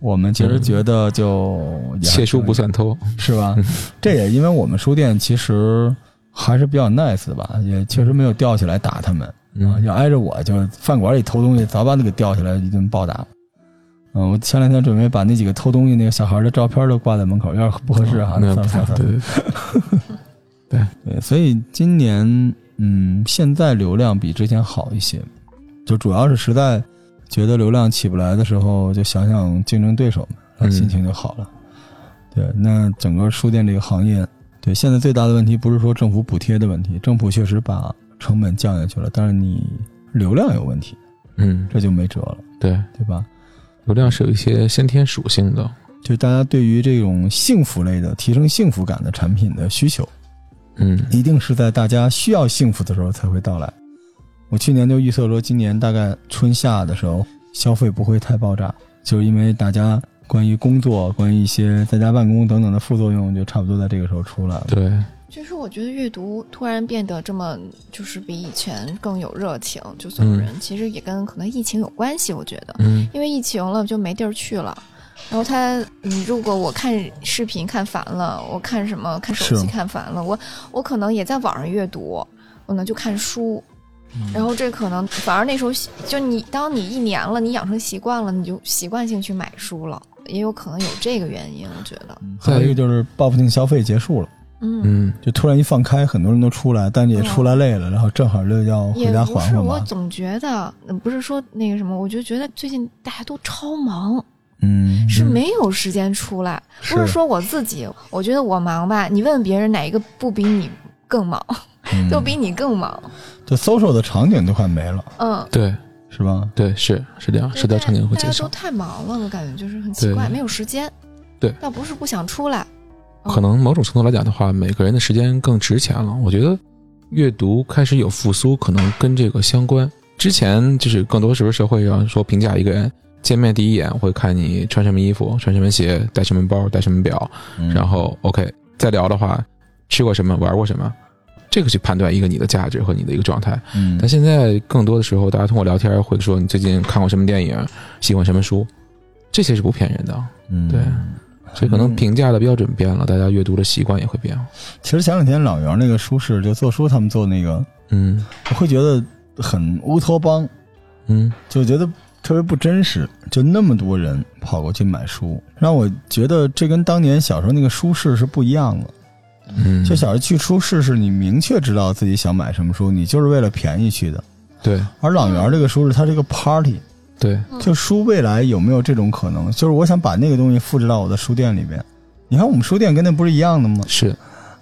Speaker 1: 我们其实觉得就也还
Speaker 3: 窃书
Speaker 1: 挺
Speaker 3: 不算偷。
Speaker 1: 是 吧？这也因为我们书店其实还是比较 nice 的吧，也确实没有吊起来打他们啊。
Speaker 3: 嗯
Speaker 1: 要挨着我，就是饭馆里偷东西，早把你给吊起来一顿暴打。嗯，我前两天准备把那几个偷东西那个小孩的照片都挂在门口，要是不合适啊，
Speaker 3: 哦那
Speaker 1: 算了算了。
Speaker 3: 对对对
Speaker 1: 对，所以今年嗯，现在流量比之前好一些，就主要是实在觉得流量起不来的时候，就想想竞争对手们，然
Speaker 3: 嗯
Speaker 1: 后心情就好了。对，那整个书店这个行业，对现在最大的问题不是说政府补贴的问题，政府确实把成本降下去了，但是你流量有问题，
Speaker 3: 嗯，
Speaker 1: 这就没辙了，
Speaker 3: 对，
Speaker 1: 对吧？
Speaker 3: 流量是有一些先天属性的。
Speaker 1: 就大家对于这种幸福类的、提升幸福感的产品的需求，
Speaker 3: 嗯
Speaker 1: 一定是在大家需要幸福的时候才会到来。我去年就预测说，今年大概春夏的时候消费不会太爆炸，就是因为大家关于工作、关于一些在家办公等等的副作用，就差不多在这个时候出来了。
Speaker 3: 对，
Speaker 2: 就是我觉得阅读突然变得这么，就是比以前更有热情，就所有
Speaker 3: 嗯
Speaker 2: 人其实也跟可能疫情有关系，我觉得。
Speaker 3: 嗯
Speaker 2: 因为疫情了就没地儿去了。然后他，你如果我看视频看烦了，我看什么看手
Speaker 1: 是
Speaker 2: 机看烦了，我我可能也在网上阅读，我呢就看书，然后这可能反而那时候习就你当你一年了，你养成习惯了，你就习惯性去买书了，也有可能有这个原因，我觉得，
Speaker 1: 还有一个就是报复性消费结束了，
Speaker 2: 嗯，
Speaker 3: 嗯
Speaker 1: 就突然一放开，很多人都出来，但也出来累了，然后正好就要回
Speaker 2: 也
Speaker 1: 家
Speaker 2: 不
Speaker 1: 缓
Speaker 2: 是，
Speaker 1: 缓
Speaker 2: 我
Speaker 1: 吧。
Speaker 2: 总觉得嗯不是说那个什么，我就觉得最近大家都超忙，
Speaker 1: 嗯，
Speaker 2: 是没有时间出来，
Speaker 1: 是
Speaker 2: 不是说我自己，我觉得我忙吧。你问别人哪一个不比你更忙，
Speaker 1: 嗯
Speaker 2: 都比你更忙。
Speaker 1: 就 social 的场景都快没了，
Speaker 2: 嗯，
Speaker 3: 对
Speaker 1: 是吧？
Speaker 3: 对是是这样，社交场景会
Speaker 2: 大
Speaker 3: 减
Speaker 2: 家都
Speaker 3: 少，
Speaker 2: 太忙了，我感觉就是很奇
Speaker 3: 对
Speaker 2: 怪，没有时间。
Speaker 3: 对
Speaker 2: 倒不是不想出来，
Speaker 3: 可能某种程度来讲的话，每个人的时间更值钱了。我觉得阅读开始有复苏，可能跟这个相关。之前就是更多时候社会上说评价一个人，见面第一眼会看你穿什么衣服、穿什么鞋、带什么包、带什么表，
Speaker 1: 嗯
Speaker 3: 然后 OK 再聊的话，吃过什么、玩过什么，这个去判断一个你的价值和你的一个状态。
Speaker 1: 嗯
Speaker 3: 但现在更多的时候，大家通过聊天会说你最近看过什么电影，喜欢什么书，这些是不骗人的。啊
Speaker 1: 嗯
Speaker 3: 对所以可能
Speaker 1: 嗯
Speaker 3: 评价的标准变了，大家阅读的习惯也会变。
Speaker 1: 其实前两天老袁那个书市就做书，他们做那个，
Speaker 3: 嗯
Speaker 1: 我会觉得很乌托邦，
Speaker 3: 嗯
Speaker 1: 就觉得特别不真实。就那么多人跑过去买书，让我觉得这跟当年小时候那个书市是不一样的。
Speaker 3: 嗯，
Speaker 1: 就小时候去书市是你明确知道自己想买什么书，你就是为了便宜去的。
Speaker 3: 对
Speaker 1: 而朗园这个书市，它是一个 party，
Speaker 3: 对，
Speaker 1: 就书未来有没有这种可能？就是我想把那个东西复制到我的书店里边。你看我们书店跟那不是一样的吗？
Speaker 3: 是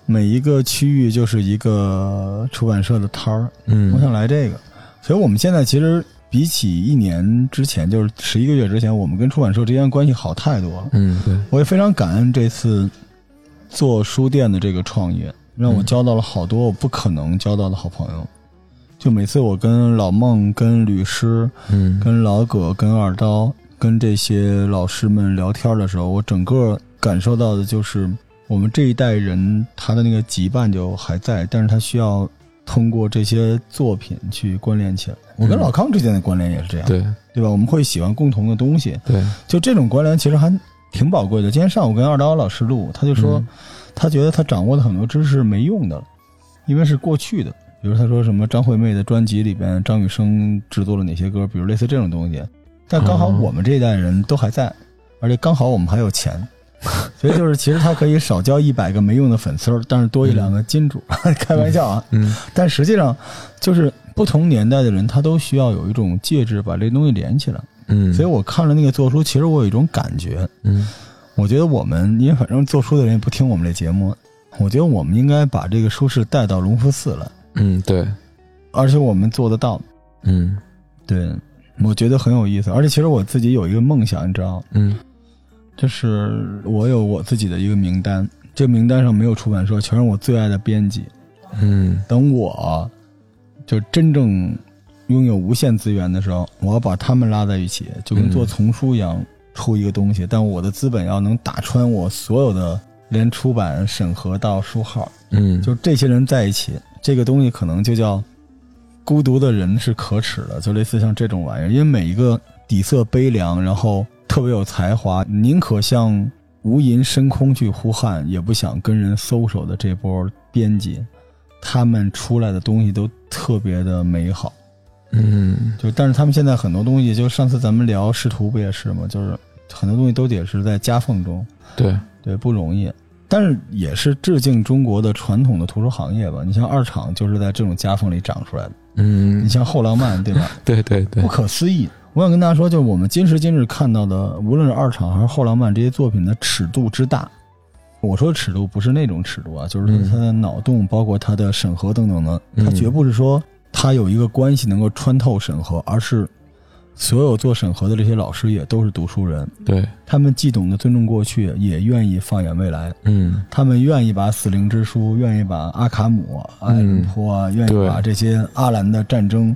Speaker 1: 每一个区域就是一个出版社的摊儿，我
Speaker 3: 嗯
Speaker 1: 想来这个。所以我们现在其实比起一年之前，就是十一个月之前，我们跟出版社之间关系好太多了。
Speaker 3: 嗯，对，
Speaker 1: 我也非常感恩这次做书店的这个创业，让我
Speaker 3: 嗯
Speaker 1: 交到了好多我不可能交到的好朋友。就每次我跟老孟、跟律师、
Speaker 3: 嗯
Speaker 1: 跟老葛、跟二刀、跟这些老师们聊天的时候，我整个感受到的就是，我们这一代人他的那个羁绊就还在，但是他需要通过这些作品去关联起来。嗯我跟
Speaker 3: 嗯
Speaker 1: 老康之间的关联也是这样，
Speaker 3: 对
Speaker 1: 对吧？我们会喜欢共同的东西，
Speaker 3: 对，
Speaker 1: 就这种关联其实还挺宝贵的。今天上午跟二刀老师录，他就说、
Speaker 3: 嗯
Speaker 1: 他觉得他掌握的很多知识是没用的了，因为是过去的。比如他说什么张惠妹的专辑里边张雨生制作了哪些歌，比如类似这种东西。但刚好
Speaker 3: 哦
Speaker 1: 我们这一代人都还在，而且刚好我们还有钱，所以就是其实他可以少交一百个没用的粉丝儿，但是多一两个金主。 开玩笑啊，
Speaker 3: 嗯
Speaker 1: 但实际上就是不同年代的人，他都需要有一种介质把这东西连起来。
Speaker 3: 嗯，
Speaker 1: 所以我看了那个做书，其实我有一种感觉，
Speaker 3: 嗯
Speaker 1: 我觉得我们因为反正做书的人也不听我们这节目，我觉得我们应该把这个书是带到龙福寺来，
Speaker 3: 嗯对，
Speaker 1: 而且我们做得到。
Speaker 3: 嗯
Speaker 1: 对，我觉得很有意思。而且其实我自己有一个梦想，你知道，
Speaker 3: 嗯
Speaker 1: 就是我有我自己的一个名单，这个名单上没有出版社，全是我最爱的编辑。
Speaker 3: 嗯
Speaker 1: 等我就真正拥有无限资源的时候，我要把他们拉在一起，就跟做丛书一样，出一个东西。但我的资本要能打穿我所有的，连出版、审核到书号，
Speaker 3: 嗯，
Speaker 1: 就这些人在一起，这个东西可能就叫孤独的人是可耻的，就类似像这种玩意儿。因为每一个底色悲凉，然后特别有才华，宁可向无垠深空去呼喊，也不想跟人搜索的这波编辑，他们出来的东西都特别的美好。
Speaker 3: 嗯
Speaker 1: 就但是他们现在很多东西，就上次咱们聊仕途不也是吗？就是很多东西都得是在夹缝中。
Speaker 3: 对，
Speaker 1: 对，不容易。但是也是致敬中国的传统的图书行业吧。你像二厂就是在这种夹缝里长出来的，你
Speaker 3: 嗯
Speaker 1: 像后浪漫，对吧？
Speaker 3: 对对 对
Speaker 1: 不，可思议。我想跟大家说，就是我们今时今日看到的，无论是二厂还是后浪漫这些作品的尺度之大，我说尺度不是那种尺度啊，就是
Speaker 3: 嗯
Speaker 1: 它的脑洞，包括它的审核等等的，它
Speaker 3: 嗯
Speaker 1: 绝不是说它有一个关系能够穿透审核，而是所有做审核的这些老师也都是读书人，
Speaker 3: 对，
Speaker 1: 他们既懂得尊重过去，也愿意放眼未来。
Speaker 3: 嗯
Speaker 1: 他们愿意把《死灵之书》，愿意把阿卡姆、爱伦坡啊，愿意把
Speaker 3: 嗯对
Speaker 1: 这些阿兰的战争、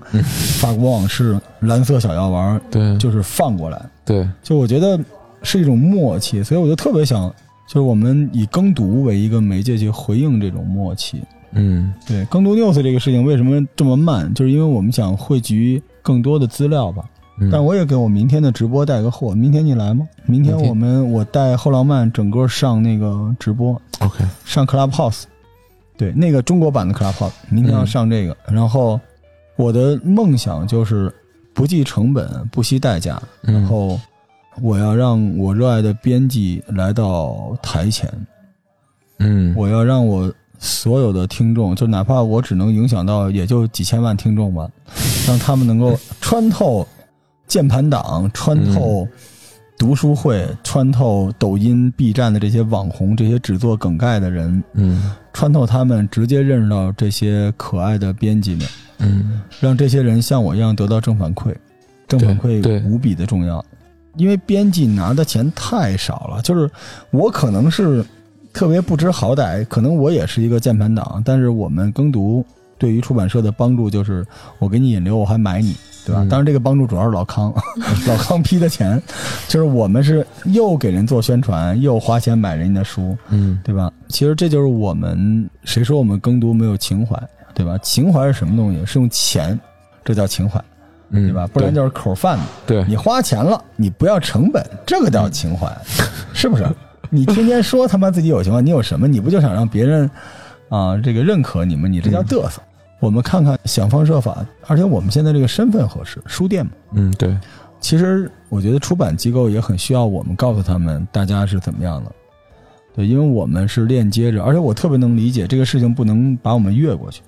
Speaker 1: 法国往事、蓝色小药丸，
Speaker 3: 对，
Speaker 1: 就是放过来。
Speaker 3: 对，
Speaker 1: 就我觉得是一种默契，所以我就特别想，就是我们以耕读为一个媒介去回应这种默契。
Speaker 3: 嗯
Speaker 1: 对，耕读 news 这个事情为什么这么慢，就是因为我们想汇聚更多的资料吧。
Speaker 3: 嗯，
Speaker 1: 但我也给我明天的直播带个货，明天你来吗？明天
Speaker 3: 明天
Speaker 1: 我们我带后浪漫整个上那个直播，
Speaker 3: OK，
Speaker 1: 上 Clubhouse，对，那个中国版的 Clubhouse，明天要上这个。然后我的梦想就是不计成本、不惜代价，
Speaker 3: 然
Speaker 1: 然后我要让我热爱的编辑来到台前，
Speaker 3: 嗯
Speaker 1: 我要让我所有的听众，就哪怕我只能影响到也就几千万听众吧，让他们能够穿透键盘党，穿透读书会，穿透抖音、B 站的这些网红，这些只做梗概的人，
Speaker 3: 嗯
Speaker 1: 穿透他们，直接认识到这些可爱的编辑们，
Speaker 3: 嗯
Speaker 1: 让这些人像我一样得到正反馈，正反
Speaker 3: 对
Speaker 1: 馈
Speaker 3: 对
Speaker 1: 无比的重要，因为编辑拿的钱太少了，就是我可能是特别不知好歹，可能我也是一个键盘党，但是我们耕读对于出版社的帮助就是我给你引流，我还买你。对吧？
Speaker 3: 嗯
Speaker 1: 当然，这个帮助主要是老康， 老康批的钱，就是我们是又给人做宣传，又花钱买人家的书，
Speaker 3: 嗯
Speaker 1: 对吧？其实这就是我们谁说我们耕读没有情怀，对吧？情怀是什么东西？是用钱，这叫情怀，
Speaker 3: 嗯，
Speaker 1: 对吧？不然就是口贩子。
Speaker 3: 对
Speaker 1: 你花钱了，你不要成本，这个叫情怀， 是不是？你天天说他妈自己有情怀，你有什么？你不就想让别人啊、这个认可你吗？你这叫嘚瑟。我们看看，想方设法，而且我们现在这个身份合适，书店嘛。
Speaker 3: 嗯对，
Speaker 1: 其实我觉得出版机构也很需要我们告诉他们大家是怎么样的，对，因为我们是链接着，而且我特别能理解这个事情不能把我们越过去，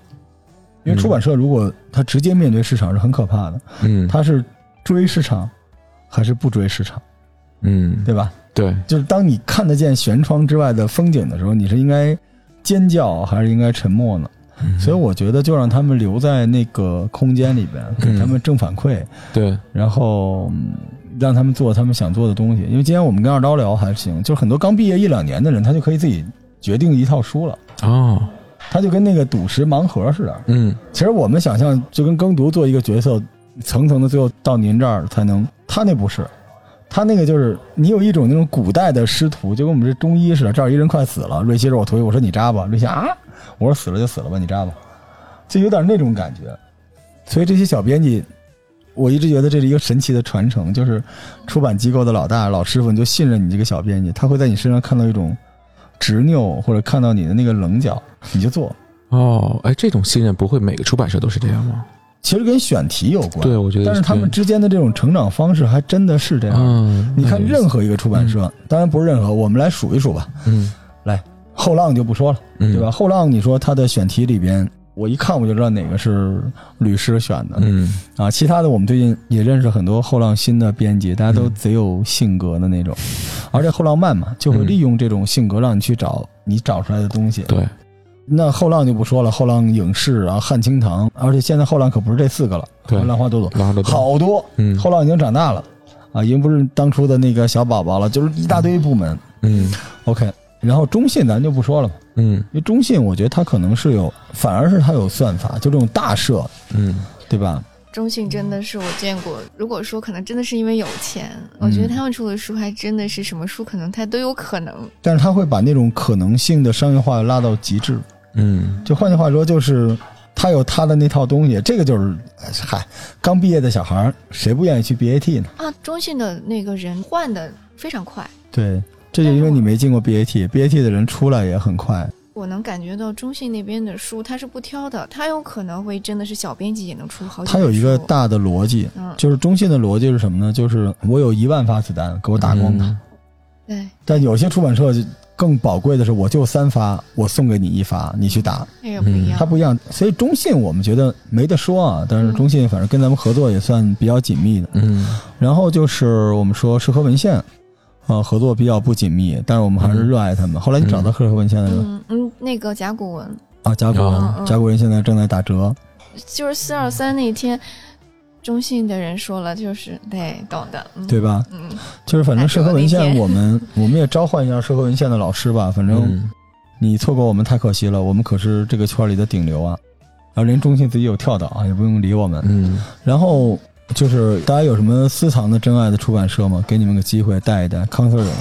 Speaker 1: 因为出版社如果它直接面对市场是很可怕的，
Speaker 3: 嗯
Speaker 1: 它是追市场还是不追市场，
Speaker 3: 嗯
Speaker 1: 对吧？
Speaker 3: 对
Speaker 1: 就是当你看得见舷窗之外的风景的时候，你是应该尖叫还是应该沉默呢？
Speaker 3: 嗯
Speaker 1: 所以我觉得就让他们留在那个空间里边，给他们正反馈，
Speaker 3: 对，
Speaker 1: 然后、嗯让他们做他们想做的东西。因为今天我们跟二刀聊还行，就是很多刚毕业一两年的人，他就可以自己决定一套书了，
Speaker 3: 哦，
Speaker 1: 他就跟那个赌石盲盒似的。
Speaker 3: 嗯，
Speaker 1: 其实我们想象就跟耕读做一个角色，层层的最后到您这儿才能，他那不是。他那个就是你有一种那种古代的师徒，就跟我们这中医似的，这儿一人快死了，瑞希说我徒弟，我说你扎吧，瑞希啊，我说死了就死了吧，你扎吧，就有点那种感觉。所以这些小编辑，我一直觉得这是一个神奇的传承，就是出版机构的老大老师傅，你就信任你这个小编辑，他会在你身上看到一种执拗，或者看到你的那个棱角，你就做。
Speaker 3: 哦，哎，这种信任不会每个出版社都是这样吗？
Speaker 1: 其实跟选题有关，
Speaker 3: 对，我觉得，
Speaker 1: 但是他们之间的这种成长方式还真的是这样。
Speaker 3: 嗯，
Speaker 1: 你看
Speaker 3: 那个
Speaker 1: 任何一个出版社，当然不是任何，我们来数一数吧。
Speaker 3: 嗯
Speaker 1: 后浪就不说了，
Speaker 3: 嗯，
Speaker 1: 对吧？？后浪，你说它的选题里边，我一看我就知道哪个是律师选的
Speaker 3: 嗯，
Speaker 1: 啊。其他的，我们最近也认识很多后浪新的编辑，大家都
Speaker 3: 嗯
Speaker 1: 贼有性格的那 种，而且后浪慢嘛，就会利用这种性格让你去找你找出来的东西。
Speaker 3: 对，
Speaker 1: 那后浪就不说了，后浪影视啊，汉清堂，而且现在后浪可不是这四个了，
Speaker 3: 对
Speaker 1: 浪花朵朵，
Speaker 3: 拉着动，
Speaker 1: 好多。
Speaker 3: 嗯，
Speaker 1: 后浪已经长大了，啊，已经不是当初的那个小宝宝了，就是一大堆部门。
Speaker 3: 嗯
Speaker 1: OK，然后中信咱就不说了吧，
Speaker 3: 嗯
Speaker 1: 因为中信我觉得它可能是有，反而是它有算法，就这种大社，
Speaker 3: 嗯
Speaker 1: 对吧？
Speaker 2: 中信真的是我见过，如果说可能真的是因为有钱，我觉得
Speaker 3: 嗯
Speaker 2: 他们出的书还真的是什么书，可能他都有可能。
Speaker 1: 但是它会把那种可能性的商业化拉到极致。
Speaker 3: 嗯，
Speaker 1: 就换句话说，就是它有它的那套东西，这个就是，哎嗨，刚毕业的小孩儿谁不愿意去 BAT 呢？
Speaker 2: 啊，中信的那个人换的非常快，
Speaker 1: 对，这就因为你没进过 BAT，BAT 的人出来也很快。
Speaker 2: 我能感觉到中信那边的书他是不挑的，他有可能会真的是小编辑也能出好几
Speaker 1: 它
Speaker 2: 本书。
Speaker 1: 有一个大的逻辑，
Speaker 2: 嗯，
Speaker 1: 就是中信的逻辑是什么呢？就是我有一万发子弹，给我打光它。
Speaker 3: 嗯
Speaker 2: 对，
Speaker 1: 但有些出版社就更宝贵的是，我就三发，我送给你一发，你去打，
Speaker 2: 那个不一样。
Speaker 1: 嗯它不一样。所以中信我们觉得没得说啊，但是中信反正跟咱们合作也算比较紧密的。
Speaker 3: 嗯
Speaker 1: 然后就是我们说是和文献，啊，合作比较不紧密，但是我们还是热爱他们。后来你找到是和文献了吗？
Speaker 2: 嗯嗯，那个甲骨文
Speaker 1: 啊，甲骨
Speaker 3: 哦
Speaker 1: 文，甲骨文现在正在打折，
Speaker 2: 就是四二三那天，中信的人说了，就是对，懂的，嗯，
Speaker 1: 对吧？
Speaker 2: 嗯，
Speaker 1: 就是反正是和文
Speaker 2: 打折那
Speaker 1: 献，
Speaker 2: 天
Speaker 1: 我们我们也召唤一下是和文献的老师吧，反正。
Speaker 3: 嗯
Speaker 1: 你错过我们太可惜了，我们可是这个圈里的顶流啊！然后连中信自己有跳蚤啊，也不用理我们。
Speaker 3: 嗯，
Speaker 1: 然后就是大家有什么私藏的真爱的出版社吗？给你们个机会带一带康 Sir 有吗，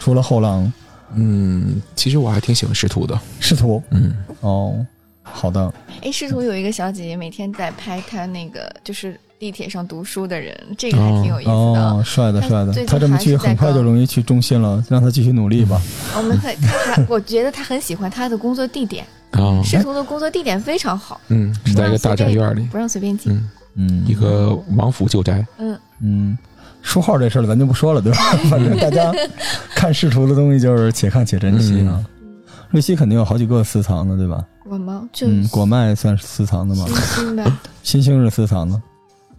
Speaker 1: 除了后浪
Speaker 3: 嗯，其实我还挺喜欢师徒的，
Speaker 1: 仕途
Speaker 3: 嗯
Speaker 1: 哦，好的，
Speaker 2: 哎，试图有一个小姐姐每天在拍她那个就是地铁上读书的人，这个还挺有意思的。
Speaker 1: 哦，帅的
Speaker 2: 他
Speaker 1: 帅的，
Speaker 2: 最近
Speaker 1: 他这么
Speaker 2: 还是
Speaker 1: 去
Speaker 2: 在
Speaker 1: 很快就
Speaker 2: 搞
Speaker 1: 容易去中信了，让他继续努力吧。
Speaker 2: 我们很，她 还我觉得她很喜欢她的工作地点，
Speaker 1: 哦
Speaker 3: 啊，
Speaker 2: 试图的工作地点非常好，
Speaker 3: 嗯，是在一个大宅院里，
Speaker 2: 不让随便进。
Speaker 3: 嗯，
Speaker 1: 嗯，
Speaker 3: 一个王府旧宅，
Speaker 2: 嗯，
Speaker 1: 嗯，书号这事儿咱就不说了，对吧？ 反正大 家看仕途的东西就是且看且珍惜啊。
Speaker 3: 嗯
Speaker 1: 瑞希肯定有好几个私藏的，对吧？
Speaker 2: 我吗？就
Speaker 1: 嗯，果麦算是私藏的吗
Speaker 2: 星？星呗，
Speaker 1: 新星是私藏的，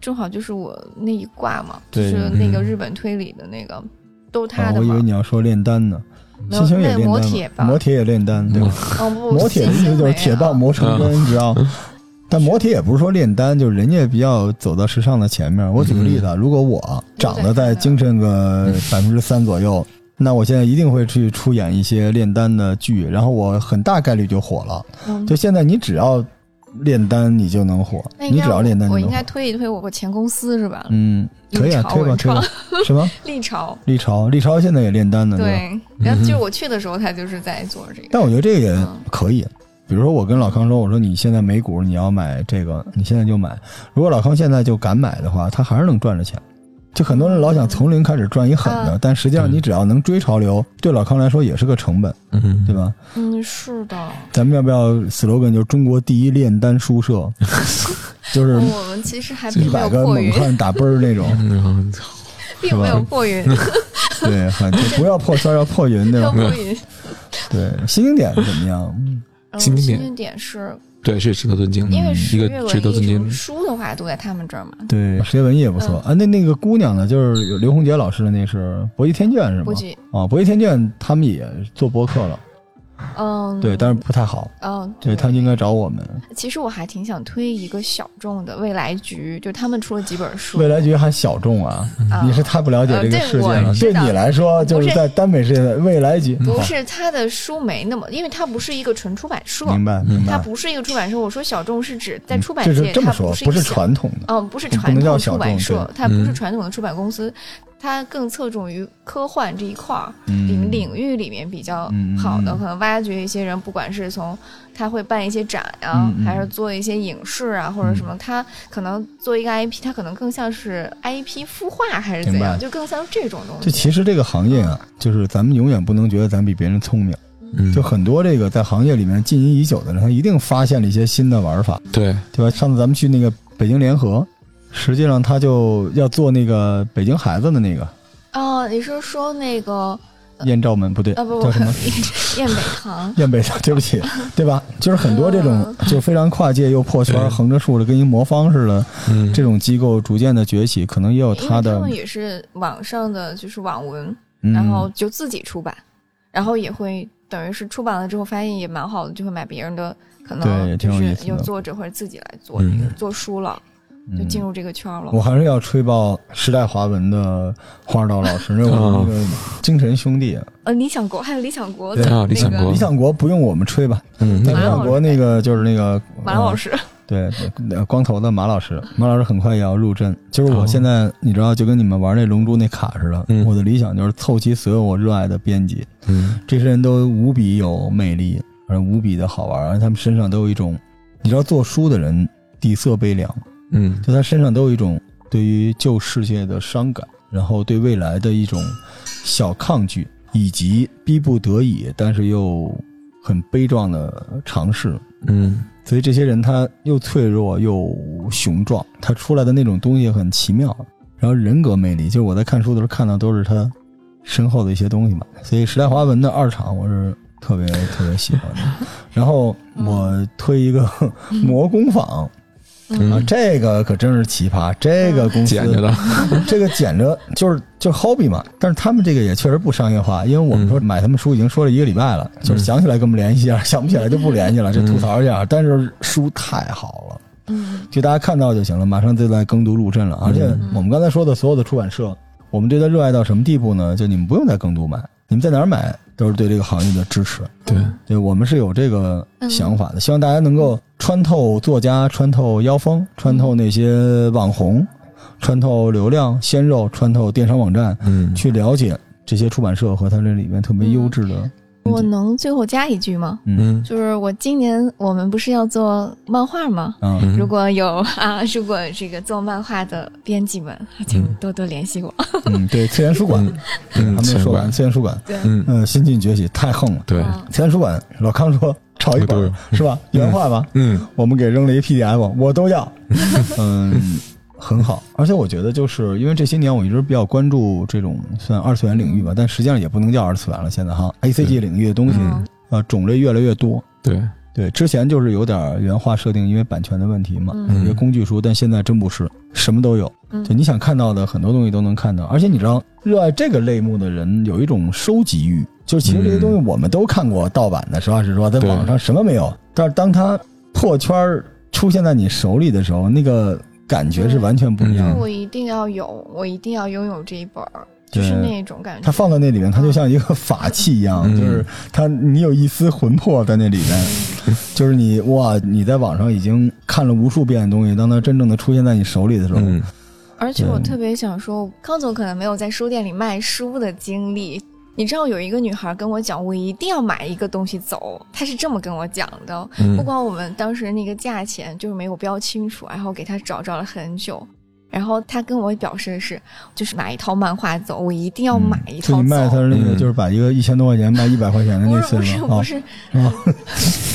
Speaker 2: 正好就是我那一挂嘛，就
Speaker 1: 对
Speaker 2: 是那个
Speaker 3: 嗯
Speaker 2: 日本推理的那个，都是她
Speaker 1: 哦
Speaker 2: 的
Speaker 1: 我以为
Speaker 2: 嘛。
Speaker 1: 你要说炼丹呢。
Speaker 2: 没有
Speaker 1: 新星也
Speaker 2: 那
Speaker 1: 炼
Speaker 2: 磨
Speaker 1: 丹
Speaker 2: 铁
Speaker 1: 嘛，
Speaker 2: 吧？
Speaker 1: 磨铁也炼丹，嗯对吧？
Speaker 2: 哦不，
Speaker 1: 磨铁的意思就是铁棒磨成针，你知道。 但磨铁也不是说炼丹，就是人家比较走到时尚的前面。我举个例子，啊，如果我长得再精神个百分之三左右，
Speaker 2: 嗯
Speaker 1: 那我现在一定会去出演一些炼丹的剧，然后我很大概率就火了。
Speaker 2: 嗯
Speaker 1: 就现在，你只要炼丹，你就能火；
Speaker 2: 那应
Speaker 1: 你
Speaker 2: 该
Speaker 1: 只要炼丹，
Speaker 2: 我
Speaker 1: 你
Speaker 2: 应
Speaker 1: 能
Speaker 2: 该
Speaker 1: 火。
Speaker 2: 推一推我前公司是吧？
Speaker 1: 嗯，可以啊，推吧
Speaker 2: 文
Speaker 1: 推吧
Speaker 2: 创，。
Speaker 1: 什么？
Speaker 2: 历朝，
Speaker 1: 历朝，历朝现在也炼丹呢，对吧？
Speaker 2: 对，然后就是我去的时候，他就是在做这个。
Speaker 1: 嗯但我觉得这个也
Speaker 2: 嗯
Speaker 1: 可以。比如说，我跟老康说，我说你现在美股你要买这个，你现在就买。如果老康现在就敢买的话，他还是能赚着钱。就很多人老
Speaker 2: 嗯
Speaker 1: 想从零开始赚一狠的，但实际上你只要能追潮流，对老康来说也是个成本，
Speaker 3: 嗯，
Speaker 1: 对？吧？
Speaker 2: 嗯，是的，
Speaker 1: 咱们要不要 slogan 就是中国第一炼丹书社，就是
Speaker 2: 哦我们其实嗯还并
Speaker 1: 一
Speaker 2: 没有
Speaker 1: 百个
Speaker 2: 破
Speaker 1: 猛
Speaker 2: 云，
Speaker 1: 汉打啵儿 那种？
Speaker 3: 嗯，
Speaker 2: 并没有 破云，
Speaker 1: 对，很就不要破圈，要破云
Speaker 2: 没
Speaker 1: 对 吧？
Speaker 2: 有破云。
Speaker 1: 对，新经典怎么样？
Speaker 2: 嗯
Speaker 3: 新经典
Speaker 2: 经典是
Speaker 3: 对，是值得尊敬的，
Speaker 2: 因为
Speaker 3: 一
Speaker 2: 十
Speaker 3: 个
Speaker 2: 月
Speaker 3: 值得
Speaker 2: 文
Speaker 3: 尊
Speaker 2: 艺
Speaker 3: 敬
Speaker 2: 种，书的话都在他们这儿嘛，
Speaker 1: 对，石文艺也不错
Speaker 2: 嗯
Speaker 1: 啊。那那个姑娘呢？就是有刘洪杰老师的，那是《博弈天卷》是吗
Speaker 2: 估？计
Speaker 1: 啊，《博弈天卷》他们也做播客了，
Speaker 2: 嗯，
Speaker 1: 对，但是不太好。
Speaker 2: 嗯，
Speaker 1: 对他应该找我们。
Speaker 2: 其实我还挺想推一个小众的未来局，就他们出了几本书。
Speaker 1: 未来局还小众啊，
Speaker 2: 啊
Speaker 1: 你是太不了解这个
Speaker 2: 呃
Speaker 1: 世界
Speaker 2: 我
Speaker 1: 了。
Speaker 2: 知
Speaker 4: 对
Speaker 2: 道
Speaker 4: 你来说，就
Speaker 2: 不
Speaker 4: 是
Speaker 2: 是
Speaker 4: 在耽美世界的未来局，
Speaker 2: 不
Speaker 4: 好
Speaker 1: 啊
Speaker 2: 是他的书没那么，因为它不是一个纯出版社，
Speaker 1: 明白明
Speaker 2: 它
Speaker 1: 白。
Speaker 2: 不是一个出版社。我说小众是指在
Speaker 1: 嗯
Speaker 2: 出版
Speaker 1: 就
Speaker 2: 界，
Speaker 1: 是这么
Speaker 2: 它
Speaker 1: 说，
Speaker 2: 是
Speaker 1: 不
Speaker 2: 不
Speaker 1: 是传统的。
Speaker 2: 嗯，不是
Speaker 1: 不
Speaker 2: 传
Speaker 1: 能叫
Speaker 2: 统
Speaker 1: 小
Speaker 2: 出版
Speaker 1: 众
Speaker 2: 社
Speaker 1: 对，
Speaker 2: 它不是
Speaker 3: 嗯
Speaker 2: 传统的出版公司，它更侧重于科幻这一块儿，
Speaker 1: 嗯
Speaker 2: 领领域里面比较
Speaker 1: 嗯嗯
Speaker 2: 好的，
Speaker 1: 嗯
Speaker 2: 可能挖掘一些人，不管是从他会办一些展呀、
Speaker 1: 嗯嗯
Speaker 2: 还是做一些影视啊，或者什么，他可能做一个 IP，他可能更像是 IP 孵化还是怎
Speaker 1: 明白
Speaker 2: 样，就更像这种东
Speaker 1: 就
Speaker 2: 西。
Speaker 1: 其实这个行业啊，就是咱们永远不能觉得咱比别人聪明。
Speaker 3: 嗯，
Speaker 1: 就很多这个在行业里面浸淫已久的人，他一定发现了一些新的玩法，
Speaker 3: 对，
Speaker 1: 对吧？上次咱们去那个北京联合，实际上他就要做那个北京孩子的那个
Speaker 2: 哦、你是说那个
Speaker 1: 艳照门，不对，
Speaker 2: 呃不
Speaker 1: 叫
Speaker 2: 不
Speaker 1: 什么？，
Speaker 2: 燕北堂。
Speaker 1: 燕北，对不起，对吧？就是很多这种
Speaker 2: 嗯
Speaker 1: 就非常跨界又破圈、
Speaker 3: 对
Speaker 1: 横着竖着跟一魔方似的
Speaker 3: 嗯，
Speaker 1: 这种机构逐渐的崛起，可能也有
Speaker 2: 因为
Speaker 1: 它哦的
Speaker 2: 哎们也是网上的就是网文，
Speaker 1: 嗯，
Speaker 2: 然后就自己出版，然后也会等于是出版了之后发现也蛮好的，就会买别人的，可
Speaker 1: 对
Speaker 2: 能
Speaker 1: 挺
Speaker 2: 就
Speaker 1: 有意
Speaker 2: 是
Speaker 1: 思的
Speaker 2: 有作者或者自己来做
Speaker 3: 嗯
Speaker 2: 这个做书了，就
Speaker 1: 嗯
Speaker 2: 进入这个圈儿了
Speaker 1: 我。还是要吹爆时代华文的黄二道老师，因为
Speaker 3: 啊
Speaker 1: 我们这个精神兄弟啊，
Speaker 2: 呃，理想国还有理想国
Speaker 1: 对
Speaker 2: 的
Speaker 3: 啊
Speaker 2: 那
Speaker 3: 理想国
Speaker 2: 个
Speaker 1: 理想国不用我们吹吧，
Speaker 3: 嗯，那
Speaker 1: 但
Speaker 3: 个
Speaker 1: 理想国那个就是那个
Speaker 2: 马老
Speaker 1: 呃
Speaker 2: 师，
Speaker 1: 对，呃光头的马老师， 马老师很快也要入阵。就是我
Speaker 3: 哦
Speaker 1: 现在，你知道，就跟你们玩那龙珠那卡似的。
Speaker 3: 嗯
Speaker 1: 我的理想就是凑齐所有我热爱的编辑，
Speaker 3: 嗯
Speaker 1: 这些人都无比有魅力，而无比的好玩，而他们身上都有一种，你知道，做书的人底色悲凉，
Speaker 3: 嗯
Speaker 1: 就他身上都有一种对于旧世界的伤感，然后对未来的一种小抗拒，以及逼不得已，但是又很悲壮的尝试。
Speaker 3: 嗯
Speaker 1: 所以这些人他又脆弱又雄壮，他出来的那种东西很奇妙。然后人格魅力，就是我在看书的时候看到都是他身后的一些东西嘛。所以时代华文的二场我是特别特别喜欢的。然后我推一个 魔工坊啊，
Speaker 3: 嗯，
Speaker 1: 这个可真是奇葩，这个公司
Speaker 3: 捡着的，
Speaker 1: 这个捡着就是就是 hobby 嘛，但是他们这个也确实不商业化，因为我们说买他们书已经说了一个礼拜了，就是想起来跟我们联系一下，想不起来就不联系了，这吐槽一下。但是书太好了，
Speaker 2: 嗯，
Speaker 1: 就大家看到就行了，马上就在耕读入阵了。而且我们刚才说的所有的出版社，我们对它热爱到什么地步呢？就你们不用在耕读买，你们在哪儿买都是对这个行业的支持。
Speaker 3: 对，
Speaker 1: 对，我们是有这个
Speaker 2: 嗯
Speaker 1: 想法的，希望大家能够穿透作家，穿透妖风，穿透那些网红，穿透流量、鲜肉，穿透电商网站，
Speaker 3: 嗯，
Speaker 1: 去了解这些出版社和他这里面特别优质的。
Speaker 2: 我能最后加一句吗？
Speaker 3: 嗯
Speaker 2: 就是我今年我们不是要做漫画吗？
Speaker 1: 啊，
Speaker 3: 嗯，
Speaker 2: 如果有啊，如果这个做漫画的编辑们，请多多联系我。
Speaker 1: 嗯，对，次元书馆，对
Speaker 3: 嗯
Speaker 1: 还没有说完，
Speaker 3: 嗯
Speaker 1: 次元书馆，
Speaker 3: 嗯，
Speaker 1: 嗯，新晋崛起太横了，
Speaker 3: 对，
Speaker 2: 嗯
Speaker 1: 次元书馆，老康说炒一
Speaker 3: 我都
Speaker 1: 本
Speaker 3: 有
Speaker 1: 是吧？原话吧，
Speaker 3: 嗯
Speaker 1: 我们给扔了一 PDF，我都 要。嗯，很好。而且我觉得，就是因为这些年我一直比较关注这种算二次元领域吧，但实际上也不能叫二次元了。现在哈，ACG 领域的东西，
Speaker 2: 嗯
Speaker 1: 呃，种类越来越多。
Speaker 3: 对，
Speaker 1: 对，之前就是有点原画设定，因为版权的问题嘛，
Speaker 2: 嗯
Speaker 1: 有些工具书，但现在真不是，什么都有。
Speaker 2: 嗯
Speaker 1: 就你想看到的很多东西都能看到，而且你知道，热爱这个类目的人有一种收集欲，就是其实这些东西我们都看过盗版的，实话实说，在
Speaker 3: 嗯对
Speaker 1: 网上什么没有，但是当它破圈儿出现在你手里的时候，那个感觉是完全不一样
Speaker 3: 嗯
Speaker 1: 的。
Speaker 2: 我一定要有，我一定要拥有这一本儿，就是
Speaker 1: 对
Speaker 2: 那种感觉。
Speaker 1: 它放在那里面，它就像一个法器一样，
Speaker 3: 嗯
Speaker 1: 就是它，你有一丝魂魄在那里面，就是你哇，你在网上已经看了无数遍的东西，当它真正的出现在你手里的时候，
Speaker 3: 嗯
Speaker 2: 而且我
Speaker 1: 对
Speaker 2: 特别想说，康总可能没有在书店里卖书的经历。你知道有一个女孩跟我讲，我一定要买一个东西走，她是这么跟我讲的。不
Speaker 3: 嗯
Speaker 2: 光我们当时那个价钱就是没有标清楚，然后给她找找了很久。然后她跟我表示的是，就是买一套漫画走，我一定要买
Speaker 1: 嗯
Speaker 2: 一
Speaker 1: 就
Speaker 2: 套
Speaker 1: 你卖它
Speaker 2: 走。
Speaker 1: 是那个，
Speaker 3: 嗯
Speaker 1: 就是把一个一千多块钱卖一百块钱的
Speaker 2: 不
Speaker 1: 那
Speaker 2: 是
Speaker 1: 次
Speaker 2: 不是
Speaker 1: 吗？
Speaker 2: 不是
Speaker 1: 啊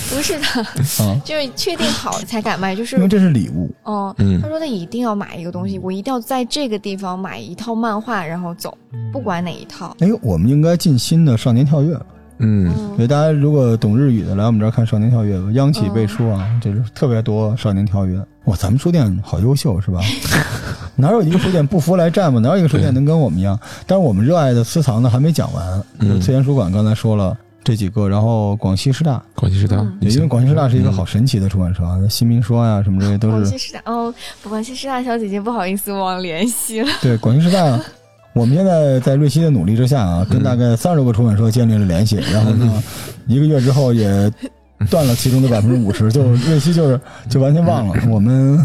Speaker 2: 不是的，
Speaker 1: 啊啊！
Speaker 2: 就是确定好才敢卖，就是
Speaker 1: 因为这是礼物，
Speaker 2: 哦，
Speaker 3: 嗯
Speaker 2: 他说他一定要买一个东西，我一定要在这个地方买一套漫画，然后走，不管哪一套。
Speaker 1: 哎，我们应该进新的《少年跳跃》了。
Speaker 3: 嗯，
Speaker 2: 嗯
Speaker 1: 所以大家如果懂日语的，来我们这儿看《少年跳跃》吧，央企背书
Speaker 2: 嗯
Speaker 1: 啊，这是特别多《少年跳跃》。哇，咱们书店好优秀是吧？ 哪有一个书店不服来战嘛？哪
Speaker 3: 嗯
Speaker 1: 有一个书店能跟我们一样？但是我们热爱的私藏呢还没讲完，就是次元书馆刚才说了。这几个，然后广西师大，
Speaker 3: 广西师大
Speaker 2: 嗯，
Speaker 3: 你
Speaker 1: 因为
Speaker 3: 想
Speaker 1: 广西师大是一个
Speaker 3: 嗯
Speaker 1: 好神奇的出版社啊，新民说呀、什么这些都
Speaker 2: 广
Speaker 1: 是
Speaker 2: 西师大哦，广西师大小姐姐不好意思，忘联系了。
Speaker 1: 对广西师大。啊我们现在在瑞希的努力之下啊，跟
Speaker 3: 嗯
Speaker 1: 大概三十多个出版社建立了联系，然后呢，一个月之后也断了其中的百分之五十， 就是瑞希就是就完全忘了。
Speaker 3: 嗯
Speaker 1: 我们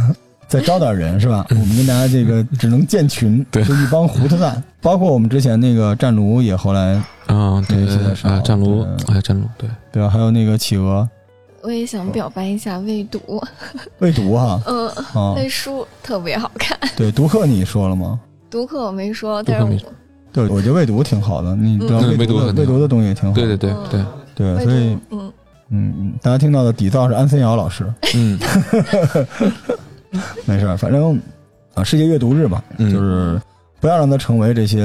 Speaker 1: 再招点人是吧？我们跟大家这个只能建群，
Speaker 3: 对
Speaker 1: 就一帮糊涂蛋。包括我们之前那个战卢也后来
Speaker 3: 啊，对
Speaker 1: 联系的
Speaker 3: 对对
Speaker 1: 少
Speaker 3: 啊，战卢
Speaker 1: 对
Speaker 3: 哎，战卢对，
Speaker 1: 对吧？还有那个企鹅
Speaker 2: 我也想表白一下魏读，
Speaker 1: 未读哈
Speaker 2: 嗯，
Speaker 1: 啊，
Speaker 2: 那书特别好看。
Speaker 1: 对，读客你说了吗？
Speaker 2: 读客我没说，
Speaker 3: 读
Speaker 2: 但
Speaker 3: 客没
Speaker 2: 是
Speaker 3: 说
Speaker 1: 对，我觉得未读挺好的，你知道
Speaker 3: 嗯
Speaker 1: 未
Speaker 3: 嗯未读
Speaker 1: 读的
Speaker 3: 很
Speaker 1: 未读的东西也挺好。
Speaker 3: 对对对对，
Speaker 1: 对
Speaker 2: 我
Speaker 1: 所以
Speaker 2: 魏嗯读，嗯，
Speaker 1: 嗯，嗯大家听到的底噪是安森瑶老师，
Speaker 3: 嗯
Speaker 1: 没事儿，反正啊，世界阅读日嘛，
Speaker 3: 嗯，
Speaker 1: 就是不要让它成为这些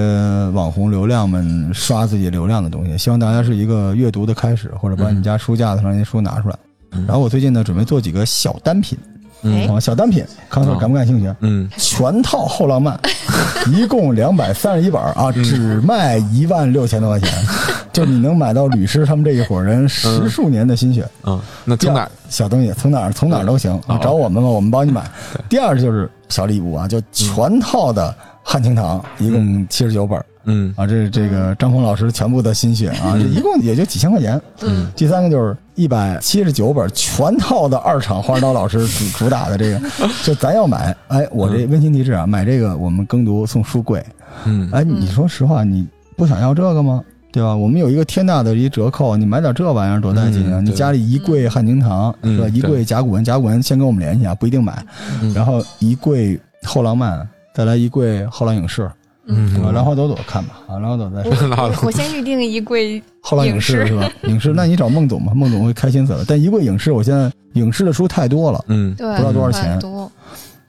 Speaker 1: 网红流量们刷自己流量的东西。希望大家是一个阅读的开始，或者把
Speaker 3: 嗯
Speaker 1: 你家书架子上那些书拿出来。
Speaker 3: 嗯
Speaker 1: 然后我最近呢，准备做几个小单品
Speaker 3: 嗯
Speaker 2: 哎
Speaker 1: 啊，小单品，康 Sir
Speaker 3: 哦
Speaker 1: 感不感兴趣？啊
Speaker 3: 嗯
Speaker 1: 全套后浪漫， 一共两百三十一本儿啊，
Speaker 3: 嗯
Speaker 1: 只卖一万六千多块钱， 就你能买到吕师他们这一伙人
Speaker 3: 嗯
Speaker 1: 十数年的心血。
Speaker 3: 啊，那
Speaker 1: 第
Speaker 3: 从
Speaker 1: 二
Speaker 3: 哪？
Speaker 1: 小东西从哪儿从哪儿都行
Speaker 3: 哦
Speaker 1: 啊，找我们吧，我们帮你买
Speaker 3: 对。
Speaker 1: 第二就是小礼物啊，就全套的汉清堂，一共七十九本儿
Speaker 3: 嗯
Speaker 1: 啊，这是这个张鹏老师全部的心血啊，这一共也就几千块钱。
Speaker 3: 嗯
Speaker 1: 第三个就是一百七十九本全套的二厂花刀老师主主打的这个，就咱要买，哎，我这温馨提示啊，买这个我们耕读送书柜，
Speaker 3: 嗯
Speaker 1: 哎，你说实话，你不想要这个吗？对吧？我们有一个天大的一折扣，你买点这玩意儿多带劲啊！
Speaker 3: 嗯
Speaker 1: 你家里一柜汉京堂
Speaker 3: 嗯
Speaker 1: 是吧？
Speaker 3: 嗯
Speaker 1: 一柜
Speaker 3: 对
Speaker 1: 甲骨文，甲骨文先跟我们联系啊，不一定买。
Speaker 3: 嗯
Speaker 1: 然后一柜后浪漫，再来一柜后浪影视，
Speaker 3: 嗯
Speaker 1: 对吧？兰花朵朵看吧，啊，兰花朵朵再说。
Speaker 3: 拉了
Speaker 2: 我我先预定一柜，
Speaker 1: 后来影视是吧？影视，那你找孟总吧，孟总会开心死了。但一柜影视，我现在影视的书太多了，
Speaker 3: 嗯
Speaker 2: 对，
Speaker 1: 不知道多少钱
Speaker 2: 很多，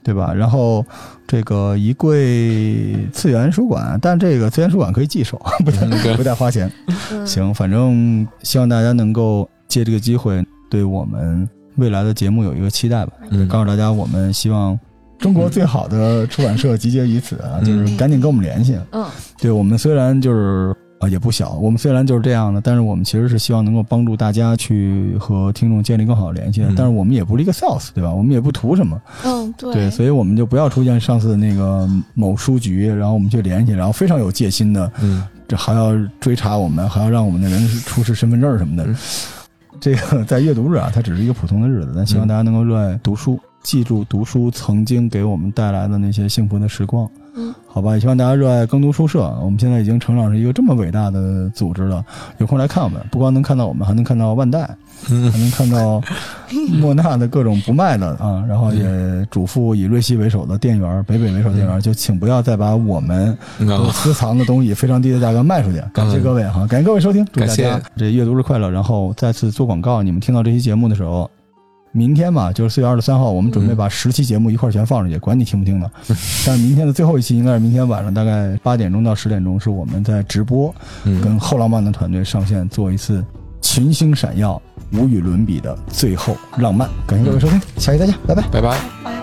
Speaker 1: 对吧？然后这个一柜次元书馆，但这个次元书馆可以寄售， 不太
Speaker 3: 嗯对
Speaker 1: 不太花钱。
Speaker 2: 嗯，
Speaker 1: 行，反正希望大家能够借这个机会，对我们未来的节目有一个期待吧。
Speaker 3: 嗯
Speaker 1: 告诉大家，我们希望中国最好的出版社集结于此
Speaker 3: 嗯
Speaker 1: 啊，就是赶紧跟我们联系。啊
Speaker 2: 嗯，
Speaker 1: 对我们虽然就是啊也不小，我们虽然就是这样的，但是我们其实是希望能够帮助大家去和听众建立更好的联系的。啊
Speaker 3: 嗯
Speaker 1: 但是我们也不是一个 sales，对吧？我们也不图什么，
Speaker 2: 嗯，对，
Speaker 1: 对，所以我们就不要出现上次那个某书局，然后我们去联系，然后非常有戒心的，
Speaker 3: 嗯
Speaker 1: 这还要追查我们，还要让我们的人出示身份证什么的
Speaker 3: 嗯。
Speaker 1: 这个在阅读日啊，它只是一个普通的日子，但希望大家能够热爱读书，记住读书曾经给我们带来的那些幸福的时光。
Speaker 2: 嗯，
Speaker 1: 好吧，也希望大家热爱耕读书社。我们现在已经成长成一个这么伟大的组织了，有空来看我们，不光能看到我们，还能看到万代，
Speaker 3: 嗯
Speaker 1: 还能看到莫纳的各种不卖的啊。然后也嘱咐以瑞希为首的店员，北北为首店员，就请不要再把我们
Speaker 3: 啊，
Speaker 1: 私藏的东西以非常低的价格卖出去。感谢各位哈，感谢各位收听，祝大家
Speaker 3: 感谢
Speaker 1: 这阅读日快乐。然后再次做广告，你们听到这期节目的时候。明天嘛，就是四月二十三号，我们准备
Speaker 3: 嗯
Speaker 1: 把十期节目一块儿全放出去，管你听不 听呢。但是明天的最后一期应该是明天晚上大概八点钟到十点钟，是我们在直播
Speaker 3: 嗯
Speaker 1: 跟后浪漫的团队上线做一次群星闪耀、无与伦比的最后浪漫。感谢各位收听，下期再见，拜拜。
Speaker 3: 拜拜。
Speaker 2: 拜。